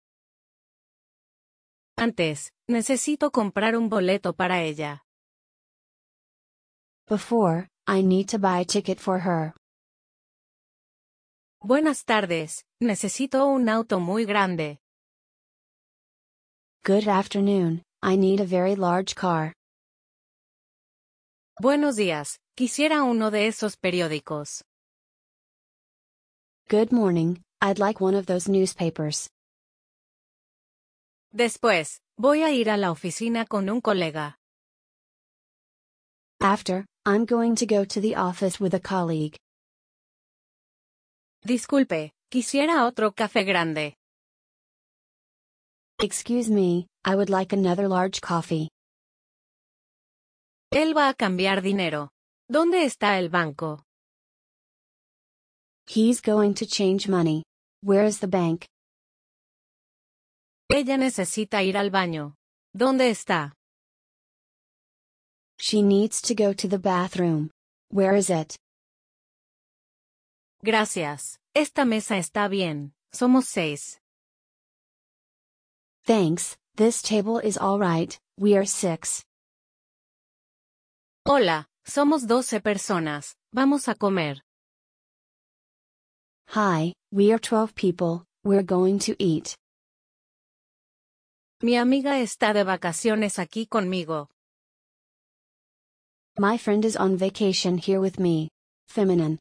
A: Antes, necesito comprar un boleto para ella.
B: Before, I need to buy a ticket for her.
A: Buenas tardes, necesito un auto muy grande.
B: Good afternoon, I need a very large car.
A: Buenos días, quisiera uno de esos periódicos.
B: Good morning, I'd like one of those newspapers.
A: Después, voy a ir a la oficina con un colega.
B: After, I'm going to go to the office with a colleague.
A: Disculpe, quisiera otro café grande.
B: Excuse me, I would like another large coffee.
A: Él va a cambiar dinero. ¿Dónde está el banco?
B: He's going to change money. Where is the bank?
A: Ella necesita ir al baño. ¿Dónde está?
B: She needs to go to the bathroom. Where is it?
A: Gracias. Esta mesa está bien. Somos seis.
B: Thanks, this table is all right, we are six.
A: Hola, somos doce personas. Vamos a comer.
B: Hi, we are 12 people, we're going to eat.
A: Mi amiga está de vacaciones aquí conmigo.
B: My friend is on vacation here with me. Feminine.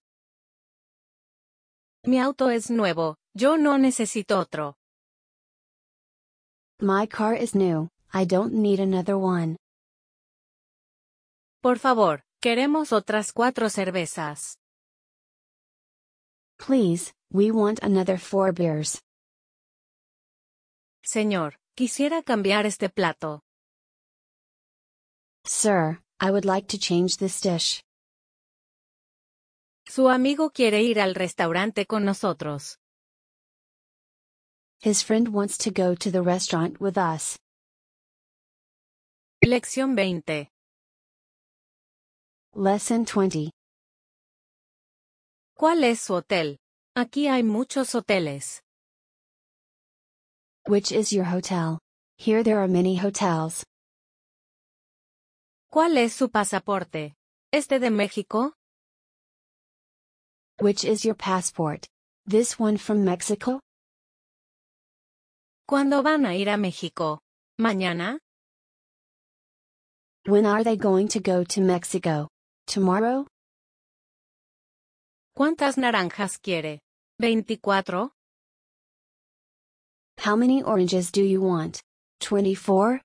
A: Mi auto es nuevo. Yo no necesito otro.
B: My car is new, I don't need another one.
A: Por favor, queremos otras cuatro cervezas.
B: Please, we want another four beers.
A: Señor, quisiera cambiar este plato.
B: Sir, I would like to change this dish.
A: Su amigo quiere ir al restaurante con nosotros.
B: His friend wants to go to the restaurant with us.
A: Lección 20.
B: Lesson 20.
A: ¿Cuál es su hotel? Aquí hay muchos hoteles.
B: Which is your hotel? Here there are many hotels.
A: ¿Cuál es su pasaporte? ¿Este de México?
B: Which is your passport? This one from Mexico?
A: ¿Cuándo van a ir a México? ¿Mañana?
B: When are they going to go to Mexico? Tomorrow?
A: ¿Cuántas naranjas quiere? ¿24?
B: How many oranges do you want? 24?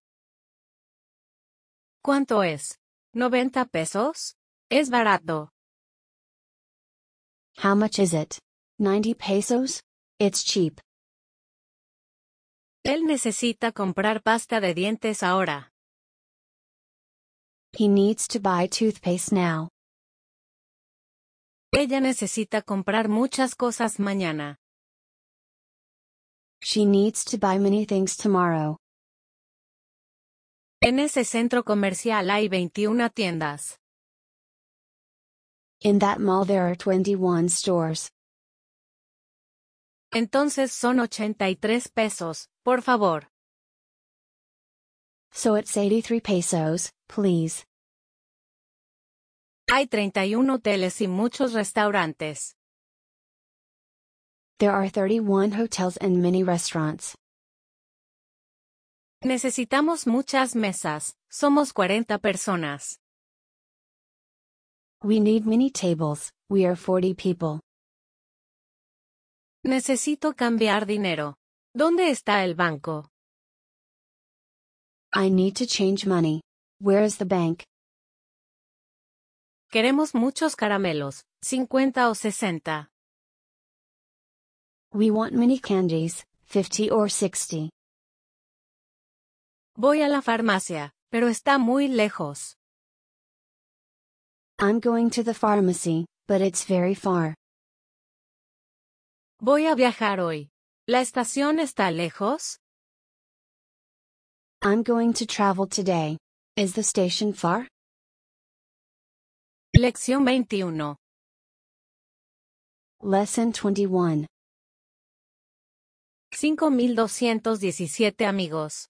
A: ¿Cuánto es? ¿90 pesos? Es barato.
B: How much is it? 90 pesos? It's cheap.
A: Él necesita comprar pasta de dientes ahora.
B: He needs to buy toothpaste now.
A: Ella necesita comprar muchas cosas mañana.
B: She needs to buy many things tomorrow.
A: En ese centro comercial hay 21 tiendas.
B: In that mall there are 21 stores.
A: Entonces son 83 pesos, por favor.
B: So it's 83 pesos, please.
A: Hay 31 hoteles y muchos restaurantes.
B: There are 31 hotels and many restaurants.
A: Necesitamos muchas mesas, somos 40 personas.
B: We need many tables, we are 40 people.
A: Necesito cambiar dinero. ¿Dónde está el banco?
B: I need to change money. Where is the bank?
A: Queremos muchos caramelos, 50 o 60.
B: We want many candies, 50 or 60.
A: Voy a la farmacia, pero está muy lejos.
B: I'm going to the pharmacy, but it's very far.
A: Voy a viajar hoy. ¿La estación está lejos?
B: I'm going to travel today. Is the station far?
A: Lección 21.
B: Lesson 21.
A: 5217 amigos.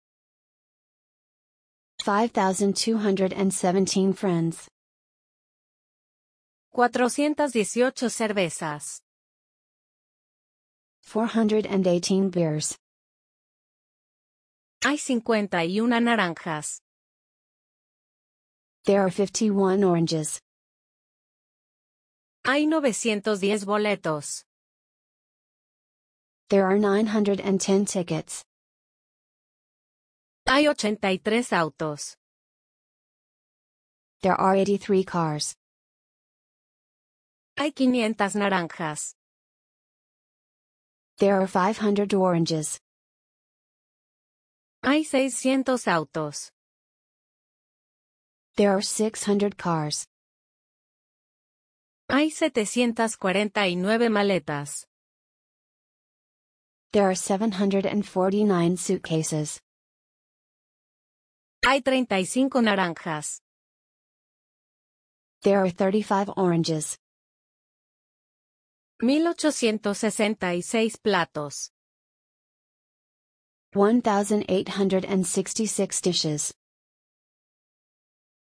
B: 5,217 friends.
A: 418 cervezas.
B: 418 beers.
A: Hay 51 naranjas.
B: There are 51 oranges.
A: Hay 910 boletos.
B: There are 910 tickets.
A: Hay 83 autos.
B: There are 83 cars.
A: Hay 500 naranjas.
B: There are 500 oranges.
A: Hay 600 autos.
B: There are 600 cars.
A: Hay 749 maletas.
B: There are 749 suitcases.
A: Hay 35 naranjas.
B: There are 35 oranges.
A: 1866 platos.
B: 1,866 dishes.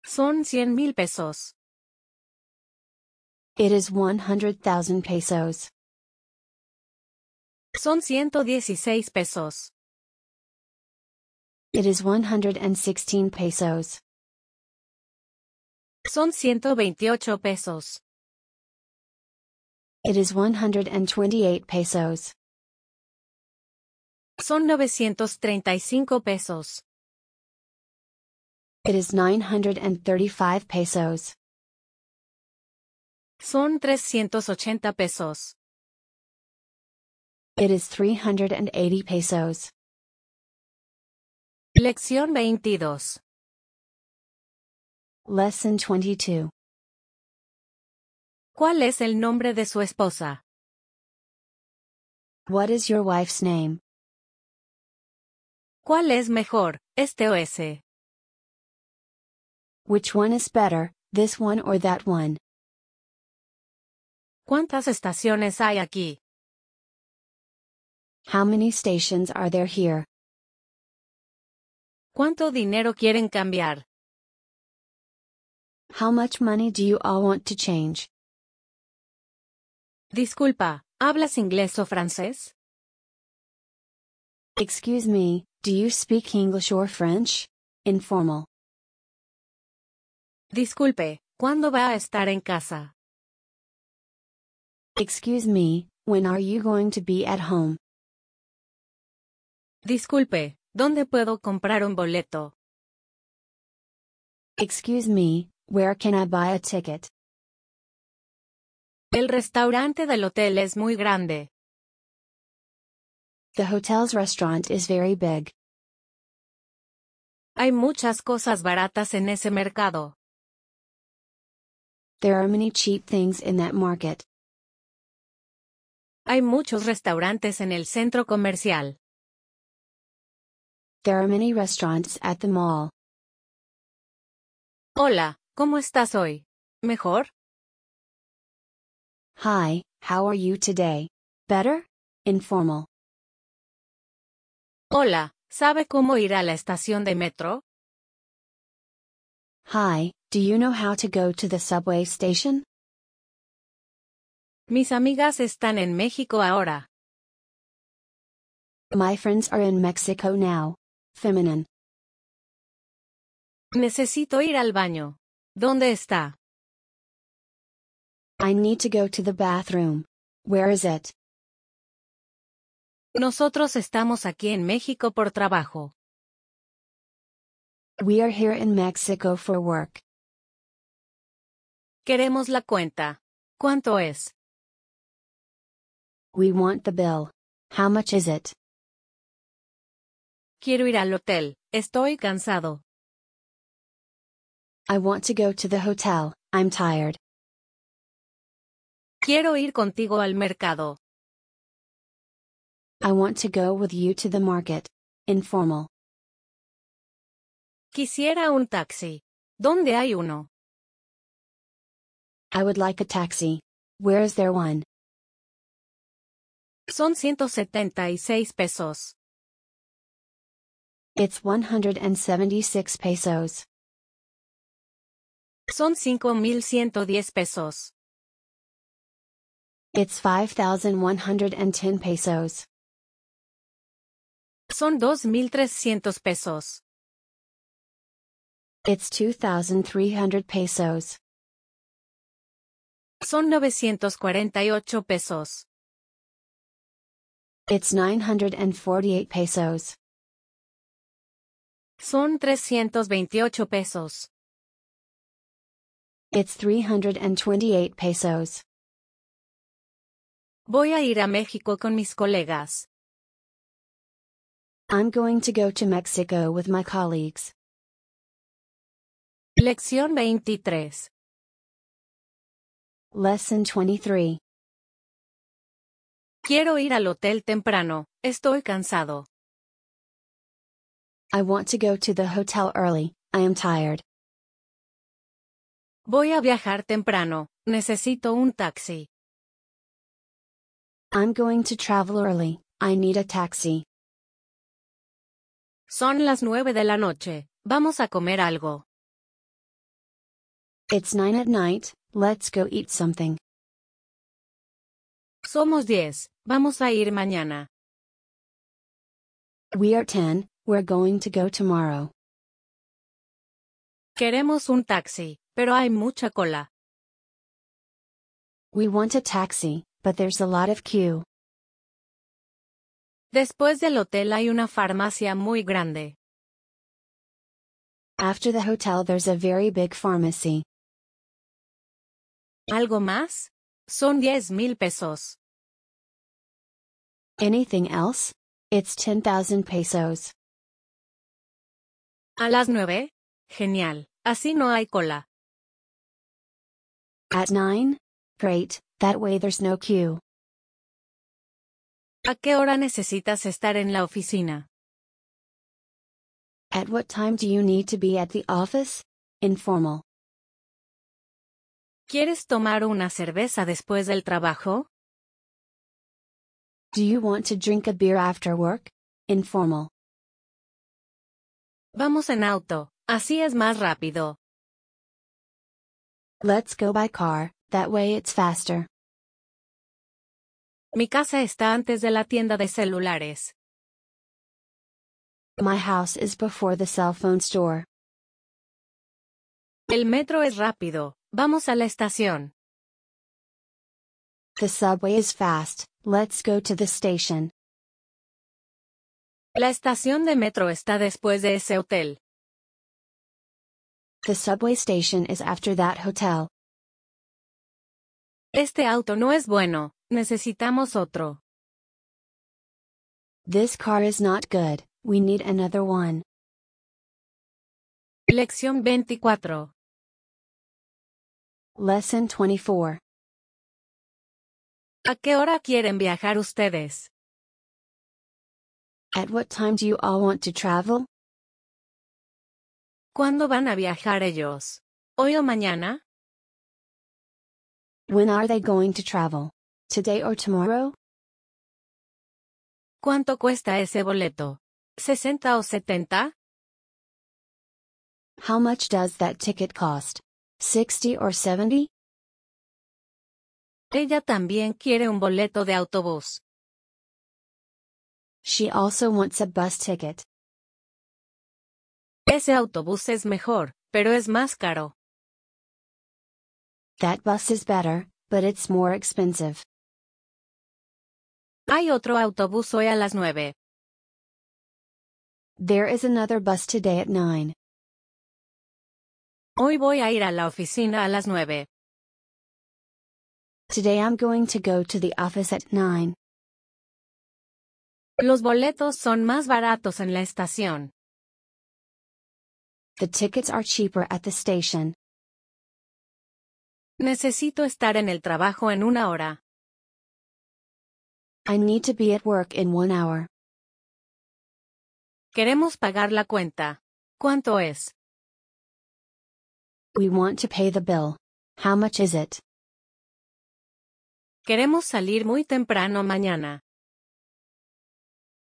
A: Son 100 mil pesos.
B: It is 100,000 pesos.
A: Son 116 pesos.
B: It is 116 pesos.
A: Son 128 pesos.
B: It is 128 pesos.
A: Son 935 pesos.
B: It is 935 pesos.
A: Son 380 pesos.
B: It is 380 pesos.
A: Lección 22.
B: Lesson 22.
A: ¿Cuál es el nombre de su esposa?
B: What is your wife's name?
A: ¿Cuál es mejor, este o ese?
B: Which one is better, this one or that one?
A: ¿Cuántas estaciones hay aquí?
B: How many stations are there here?
A: ¿Cuánto dinero quieren cambiar?
B: How much money do you all want to change?
A: Disculpa, ¿hablas inglés o francés?
B: Excuse me, do you speak English or French? Informal.
A: Disculpe, ¿cuándo va a estar en casa?
B: Excuse me, when are you going to be at home?
A: Disculpe, ¿dónde puedo comprar un boleto?
B: Excuse me, where can I buy a ticket?
A: El restaurante del hotel es muy grande.
B: The hotel's restaurant is very big.
A: Hay muchas cosas baratas en ese mercado.
B: There are many cheap things in that market.
A: Hay muchos restaurantes en el centro comercial.
B: There are many restaurants at the mall.
A: Hola, ¿cómo estás hoy? ¿Mejor?
B: Hi, how are you today? Better? Informal.
A: Hola, ¿sabe cómo ir a la estación de metro?
B: Hi, do you know how to go to the subway station?
A: Mis amigas están en México ahora.
B: My friends are in Mexico now. Feminine.
A: Necesito ir al baño. ¿Dónde está?
B: I need to go to the bathroom. Where is it?
A: Nosotros estamos aquí en México por trabajo.
B: We are here in Mexico for work.
A: Queremos la cuenta. ¿Cuánto es?
B: We want the bill. How much is it?
A: Quiero ir al hotel. Estoy cansado.
B: I want to go to the hotel. I'm tired.
A: Quiero ir contigo al mercado.
B: I want to go with you to the market. Informal.
A: Quisiera un taxi. ¿Dónde hay uno?
B: I would like a taxi. Where is there one?
A: Son 176 pesos.
B: It's 176 pesos.
A: Son 5.110 pesos.
B: It's 5,110 pesos.
A: Son 2.300 pesos.
B: It's 2,300 pesos.
A: Son 948 pesos.
B: It's 948 pesos.
A: Son 328 pesos.
B: It's 328 pesos.
A: Voy a ir a México con mis colegas.
B: I'm going to go to Mexico with my colleagues.
A: Lección 23.
B: Lesson 23.
A: Quiero ir al hotel temprano, estoy cansado.
B: I want to go to the hotel early, I am tired.
A: Voy a viajar temprano, necesito un taxi.
B: I'm going to travel early, I need a taxi.
A: Son las 9 de la noche, vamos a comer algo.
B: It's 9 at night, let's go eat something.
A: Somos 10, vamos a ir mañana.
B: We are 10, we're going to go tomorrow.
A: Queremos un taxi, pero hay mucha cola.
B: We want a taxi, but there's a lot of queue.
A: Después del hotel hay una farmacia muy grande.
B: After the hotel, there's a very big pharmacy.
A: ¿Algo más? Son 10 mil pesos.
B: Anything else? It's 10,000 pesos.
A: ¿A las 9? Genial, así no hay cola.
B: At 9? Great, that way there's no queue.
A: ¿A qué hora necesitas estar en la oficina?
B: At what time do you need to be at the office? Informal.
A: ¿Quieres tomar una cerveza después del trabajo?
B: Do you want to drink a beer after work? Informal.
A: Vamos en auto, así es más rápido.
B: Let's go by car, that way it's faster.
A: Mi casa está antes de la tienda de celulares.
B: My house is before the cell phone store.
A: El metro es rápido, vamos a la estación.
B: The subway is fast, let's go to the station.
A: La estación de metro está después de ese hotel.
B: The subway station is after that hotel.
A: Este auto no es bueno, necesitamos otro.
B: This car is not good, we need another one.
A: Lección 24.
B: Lesson 24.
A: ¿A qué hora quieren viajar ustedes?
B: At what time do you all want to travel?
A: ¿Cuándo van a viajar ellos? ¿Hoy o mañana?
B: When are they going to travel? Today or tomorrow?
A: ¿Cuánto cuesta ese boleto? ¿60 o 70?
B: How much does that ticket cost? 60 or 70?
A: Ella también quiere un boleto de autobús.
B: She also wants a bus ticket.
A: Ese autobús es mejor, pero es más caro.
B: That bus is better, but it's more expensive.
A: Hay otro autobús hoy a las 9.
B: There is another bus today at 9.
A: Hoy voy a ir a la oficina a las 9.
B: Today I'm going to go to the office at 9.
A: Los boletos son más baratos en la estación.
B: The tickets are cheaper at the station.
A: Necesito estar en el trabajo en una hora.
B: I need to be at work in one hour.
A: Queremos pagar la cuenta. ¿Cuánto es?
B: We want to pay the bill. How much is it?
A: Queremos salir muy temprano mañana.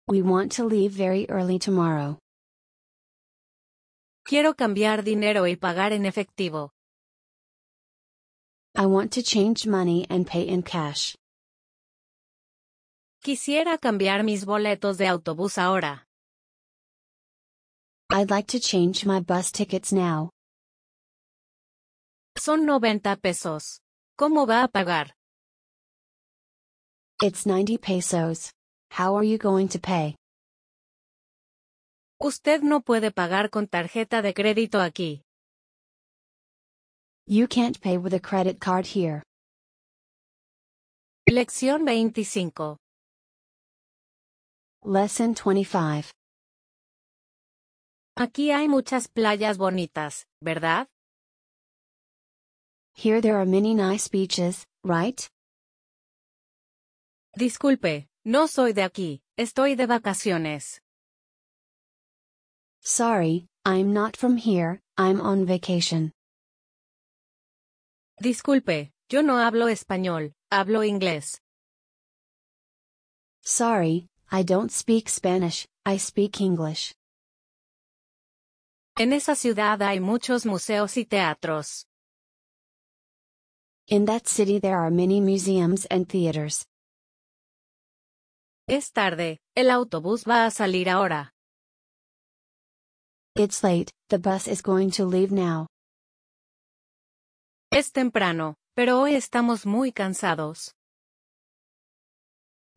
B: We want to leave very early tomorrow.
A: Quiero cambiar dinero y pagar en efectivo.
B: I want to change money and pay in cash.
A: Quisiera cambiar mis boletos de autobús ahora.
B: I'd like to change my bus tickets now.
A: Son 90 pesos. ¿Cómo va a pagar?
B: It's 90 pesos. How are you going to pay?
A: Usted no puede pagar con tarjeta de crédito aquí.
B: You can't pay with a credit card here.
A: Lección 25.
B: Lesson 25.
A: Aquí hay muchas playas bonitas, ¿verdad?
B: Here there are many nice beaches, right?
A: Disculpe, no soy de aquí, estoy de vacaciones.
B: Sorry, I'm not from here, I'm on vacation.
A: Disculpe, yo no hablo español, hablo inglés.
B: Sorry, I don't speak Spanish, I speak English.
A: En esa ciudad hay muchos museos y teatros.
B: In that city there are many museums and theaters.
A: Es tarde, el autobús va a salir ahora.
B: It's late, the bus is going to leave now.
A: Es temprano, pero hoy estamos muy cansados.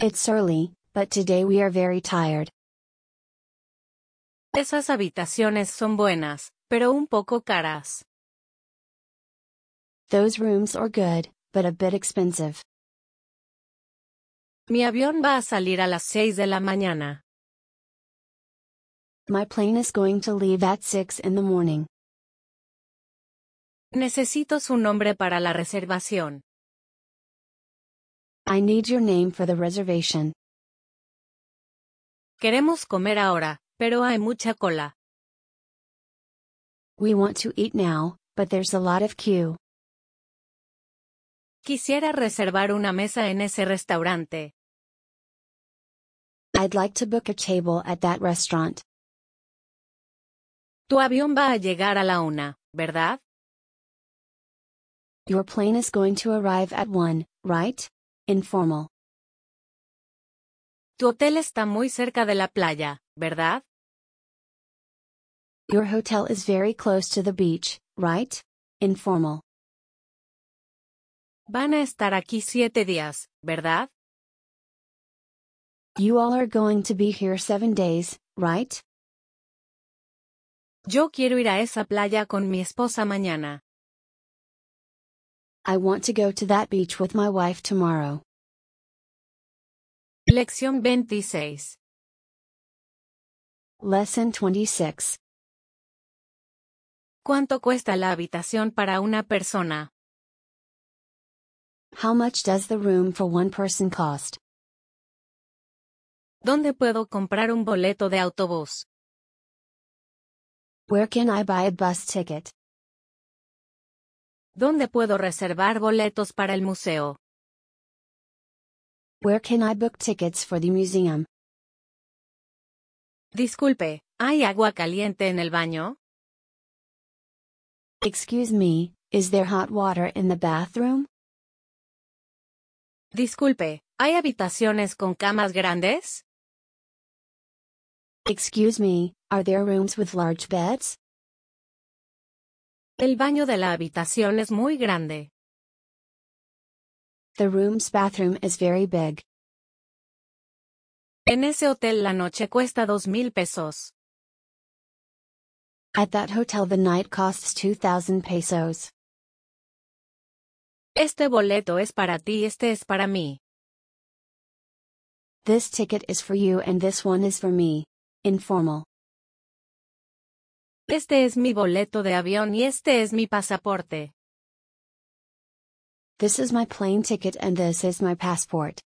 B: It's early, but today we are very tired.
A: Esas habitaciones son buenas, pero un poco caras.
B: Those rooms are good, but a bit expensive.
A: Mi avión va a salir a las 6 de la mañana.
B: My plane is going to leave at 6 in the morning.
A: Necesito su nombre para la reservación.
B: I need your name for the reservation.
A: Queremos comer ahora, pero hay mucha cola.
B: We want to eat now, but there's a lot of queue.
A: Quisiera reservar una mesa en ese restaurante.
B: I'd like to book a table at that restaurant.
A: Tu avión va a llegar a la una, ¿verdad?
B: Your plane is going to arrive at 1, right? Informal.
A: Tu hotel está muy cerca de la playa, ¿verdad?
B: Your hotel is very close to the beach, right? Informal.
A: Van a estar aquí siete días, ¿verdad?
B: You all are going to be here 7 days, right?
A: Yo quiero ir a esa playa con mi esposa mañana.
B: I want to go to that beach with my wife tomorrow.
A: Lección 26.
B: Lesson 26.
A: ¿Cuánto cuesta la habitación para una persona?
B: How much does the room for one person cost?
A: ¿Dónde puedo comprar un boleto de autobús?
B: Where can I buy a bus ticket?
A: ¿Dónde puedo reservar boletos para el museo?
B: Where can I book tickets for the museum?
A: Disculpe, ¿hay agua caliente en el baño?
B: Excuse me, is there hot water in the bathroom?
A: Disculpe, ¿hay habitaciones con camas grandes?
B: Excuse me, are there rooms with large beds?
A: El baño de la habitación es muy grande.
B: The room's bathroom is very big.
A: En ese hotel la noche cuesta dos mil pesos.
B: At that hotel, the night costs 2,000 pesos.
A: Este boleto es para ti y este es para mí.
B: This ticket is for you and this one is for me. Informal.
A: Este es mi boleto de avión y este es mi pasaporte.
B: This is my plane ticket and this is my passport.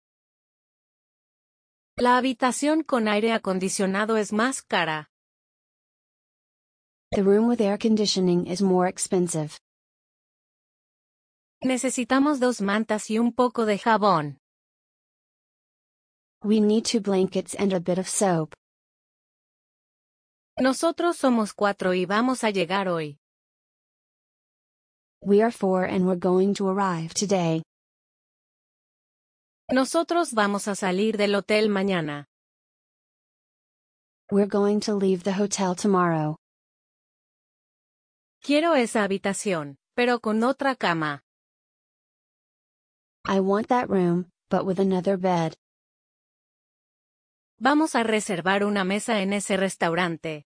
A: La habitación con aire acondicionado es más cara.
B: The room with air conditioning is more expensive.
A: Necesitamos dos mantas y un poco de jabón.
B: We need two blankets and a bit of soap.
A: Nosotros somos cuatro y vamos a llegar hoy.
B: We are four and we're going to arrive today.
A: Nosotros vamos a salir del hotel mañana.
B: We're going to leave the hotel tomorrow.
A: Quiero esa habitación, pero con otra cama.
B: I want that room, but with another bed.
A: Vamos a reservar una mesa en ese restaurante.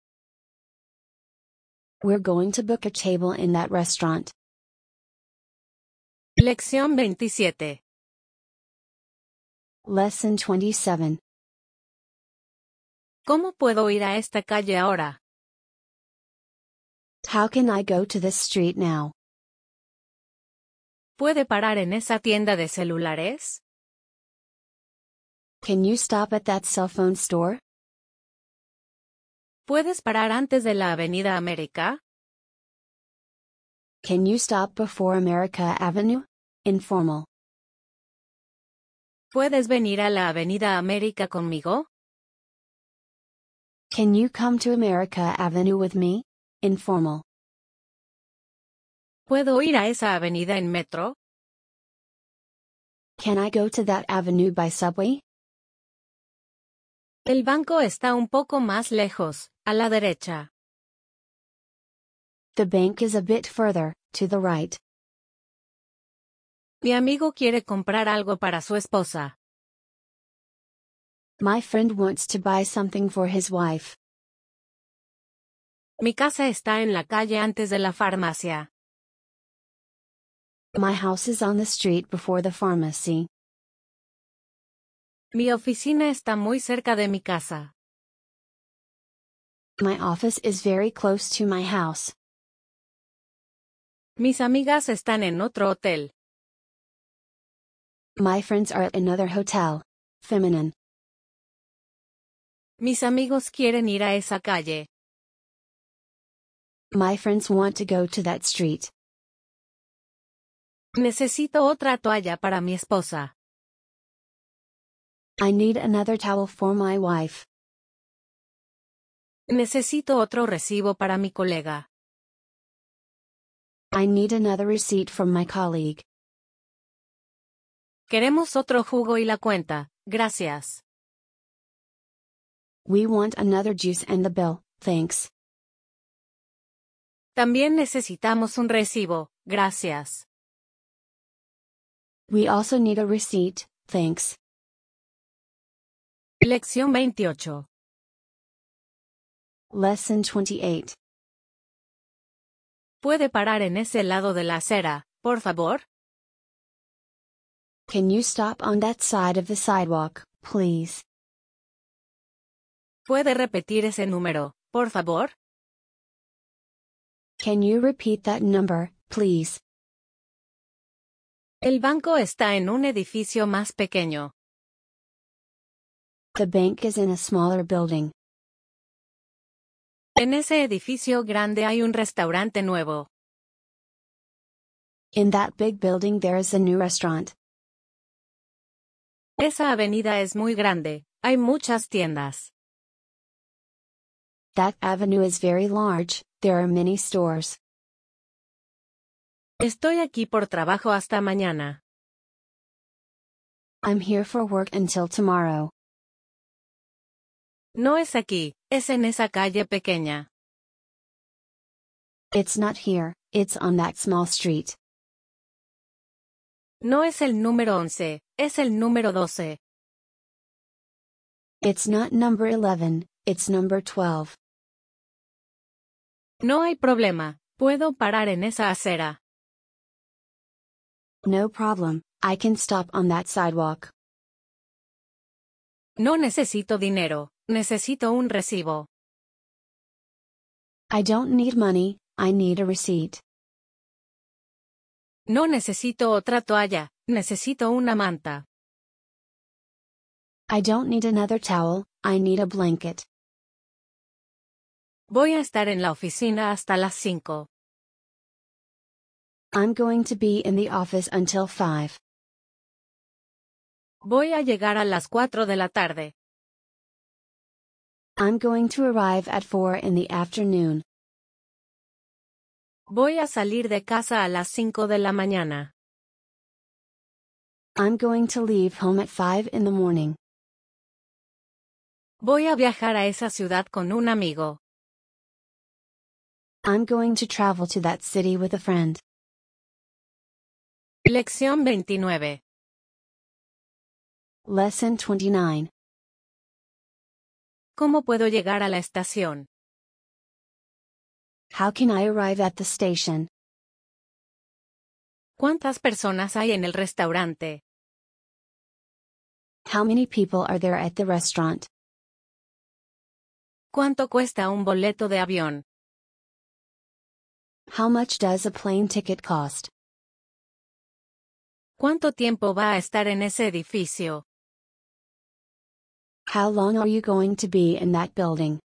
B: We're going to book a table in that restaurant.
A: Lección 27.
B: Lesson 27.
A: ¿Cómo puedo ir a esta calle ahora?
B: How can I go to this street now?
A: ¿Puede parar en esa tienda de celulares?
B: Can you stop at that cell phone store?
A: ¿Puedes parar antes de la Avenida América?
B: Can you stop before America Avenue? Informal.
A: ¿Puedes venir a la Avenida América conmigo?
B: Can you come to America Avenue with me? Informal.
A: ¿Puedo ir a esa avenida en metro?
B: Can I go to that avenue by subway?
A: El banco está un poco más lejos, a la derecha.
B: The bank is a bit further, to the right.
A: Mi amigo quiere comprar algo para su esposa.
B: My friend wants to buy something for his wife.
A: Mi casa está en la calle antes de la farmacia.
B: My house is on the street before the pharmacy.
A: Mi oficina está muy cerca de mi casa.
B: My office is very close to my house.
A: Mis amigas están en otro hotel.
B: My friends are at another hotel. Feminine.
A: Mis amigos quieren ir a esa calle.
B: My friends want to go to that street.
A: Necesito otra toalla para mi esposa.
B: I need another towel for my wife.
A: Necesito otro recibo para mi colega.
B: I need another receipt from my colleague.
A: Queremos otro jugo y la cuenta, gracias.
B: We want another juice and the bill, thanks.
A: También necesitamos un recibo, gracias.
B: We also need a receipt, thanks.
A: Lección 28.
B: Lesson 28.
A: ¿Puede parar en ese lado de la acera, por favor?
B: Can you stop on that side of the sidewalk, please?
A: ¿Puede repetir ese número, por favor?
B: Can you repeat that number, please?
A: El banco está en un edificio más pequeño.
B: The bank is in a smaller building.
A: En ese edificio grande hay un restaurante nuevo.
B: In that big building, there is a new restaurant.
A: Esa avenida es muy grande, hay muchas tiendas.
B: That avenue is very large, there are many stores.
A: Estoy aquí por trabajo hasta mañana.
B: I'm here for work until tomorrow.
A: No es aquí, es en esa calle pequeña.
B: It's not here, it's on that small street.
A: No es el número 11, es el número 12.
B: It's not number 11, it's number 12.
A: No hay problema, puedo parar en esa acera.
B: No problem, I can stop on that sidewalk.
A: No necesito dinero, necesito un recibo.
B: I don't need money, I need a receipt.
A: No necesito otra toalla, necesito una manta.
B: I don't need another towel, I need a blanket.
A: Voy a estar en la oficina hasta las 5.
B: I'm going to be in the office until 5.
A: Voy a llegar a las 4 de la tarde.
B: I'm going to arrive at 4 in the afternoon.
A: Voy a salir de casa a las 5 de la mañana.
B: I'm going to leave home at 5 in the morning.
A: Voy a viajar a esa ciudad con un amigo.
B: I'm going to travel to that city with a friend.
A: Lección 29.
B: Lesson 29.
A: ¿Cómo puedo llegar a la estación?
B: How can I arrive at the station?
A: ¿Cuántas personas hay en el restaurante?
B: How many people are there at the restaurant?
A: ¿Cuánto cuesta un boleto de avión?
B: How much does a plane ticket cost?
A: ¿Cuánto tiempo va a estar en ese edificio?
B: How long are you going to be in that building?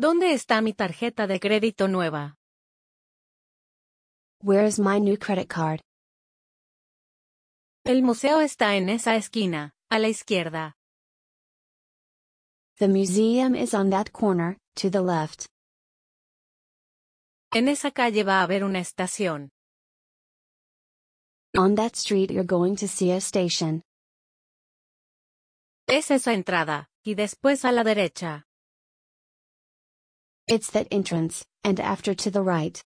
A: ¿Dónde está mi tarjeta de crédito nueva?
B: Where is my new credit card?
A: El museo está en esa esquina, a la izquierda.
B: The museum is on that corner, to the left.
A: En esa calle va a haber una estación.
B: On that street, you're going to see a station.
A: Es esa entrada, y después a la derecha.
B: It's that entrance, and after to the right.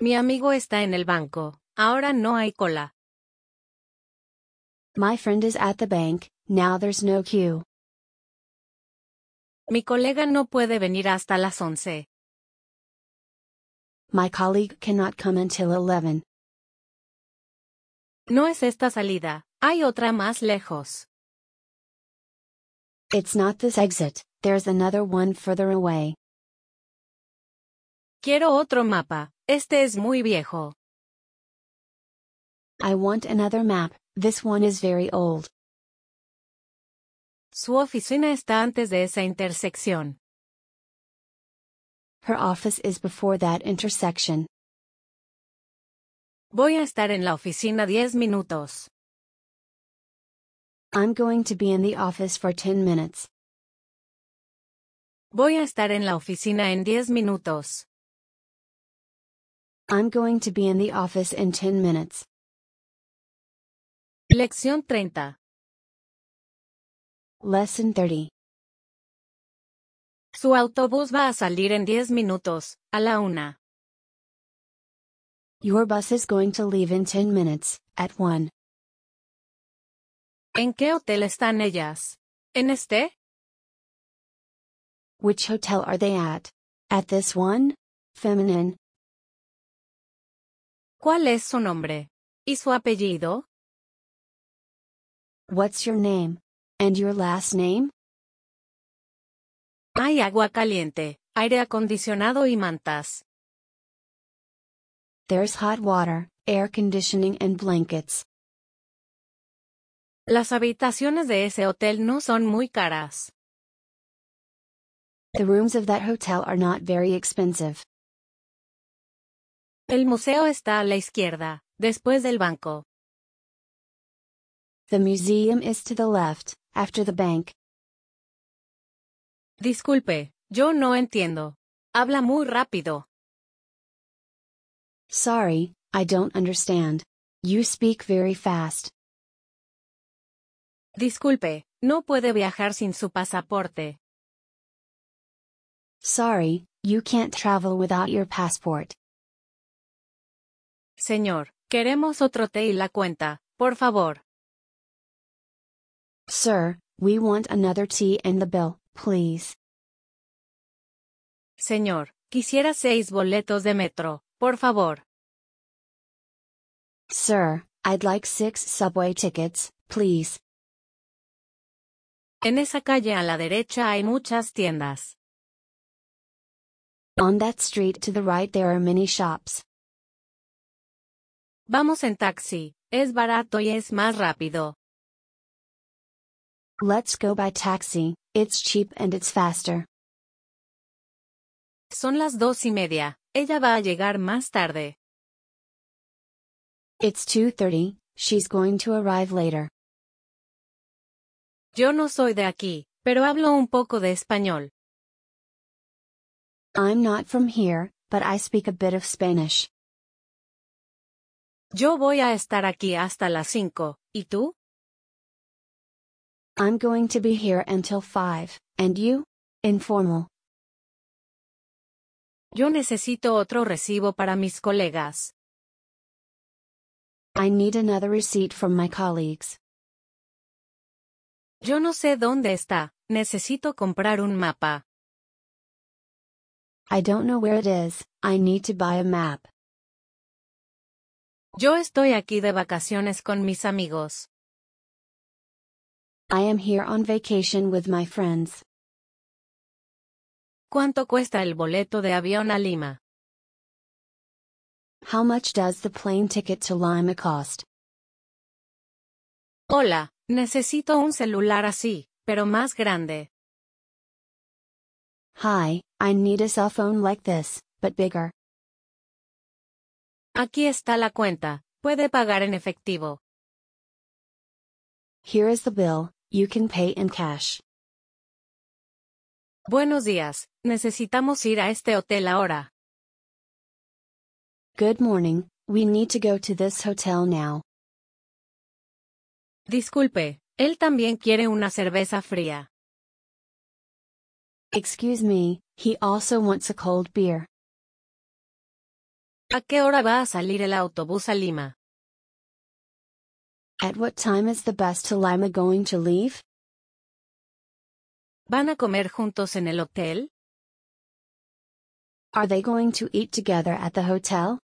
A: Mi amigo está en el banco. Ahora no hay cola.
B: My friend is at the bank, now there's no queue.
A: Mi colega no puede venir hasta las 11.
B: My colleague cannot come until 11.
A: No es esta salida, hay otra más lejos.
B: It's not this exit, there's another one further away.
A: Quiero otro mapa, este es muy viejo.
B: I want another map, this one is very old.
A: Su oficina está antes de esa intersección.
B: Her office is before that intersection.
A: Voy a estar en la oficina 10 minutos.
B: I'm going to be in the office for 10 minutes.
A: Voy a estar en la oficina en 10 minutos.
B: I'm going to be in the office in 10 minutes.
A: Lección 30.
B: Lesson 30.
A: Su autobús va a salir en 10 minutos, a la una.
B: Your bus is going to leave in 10 minutes, at 1.
A: ¿En qué hotel están ellas? ¿En este?
B: Which hotel are they at? At this one? Feminine.
A: ¿Cuál es su nombre? ¿Y su apellido?
B: What's your name? And your last name?
A: Hay agua caliente, aire acondicionado y mantas.
B: There's hot water, air conditioning, and blankets.
A: Las habitaciones de ese hotel no son muy caras.
B: The rooms of that hotel are not very expensive.
A: El museo está a la izquierda, después del banco.
B: The museum is to the left, after the bank.
A: Disculpe, yo no entiendo. Habla muy rápido.
B: Sorry, I don't understand. You speak very fast.
A: Disculpe, no puede viajar sin su pasaporte.
B: Sorry, you can't travel without your passport.
A: Señor, queremos otro té y la cuenta, por favor.
B: Sir, we want another tea and the bill, please.
A: Señor, quisiera seis boletos de metro, por favor.
B: Sir, I'd like six subway tickets, please.
A: En esa calle a la derecha hay muchas tiendas.
B: On that street to the right, there are many shops.
A: Vamos en taxi, es barato y es más rápido.
B: Let's go by taxi, it's cheap and it's faster.
A: Son las dos y media, ella va a llegar más tarde.
B: It's 2:30, she's going to arrive later.
A: Yo no soy de aquí, pero hablo un poco de español.
B: I'm not from here, but I speak a bit of Spanish.
A: Yo voy a estar aquí hasta las cinco, ¿y tú?
B: I'm going to be here until 5, and you? Informal.
A: Yo necesito otro recibo para mis colegas.
B: I need another receipt from my colleagues.
A: Yo no sé dónde está, necesito comprar un mapa.
B: I don't know where it is, I need to buy a map.
A: Yo estoy aquí de vacaciones con mis amigos.
B: I am here on vacation with my friends.
A: ¿Cuánto cuesta el boleto de avión a Lima?
B: How much does the plane ticket to Lima cost?
A: Hola, necesito un celular así, pero más grande.
B: Hi, I need a cell phone like this, but bigger.
A: Aquí está la cuenta, puede pagar en efectivo.
B: Here is the bill, you can pay in cash.
A: Buenos días, necesitamos ir a este hotel ahora.
B: Good morning, we need to go to this hotel now.
A: Disculpe, él también quiere una cerveza fría.
B: Excuse me, he also wants a cold beer.
A: ¿A qué hora va a salir el autobús a Lima?
B: At what time is the bus to Lima going to leave?
A: ¿Van a comer juntos en el hotel?
B: Are they going to eat together at the hotel?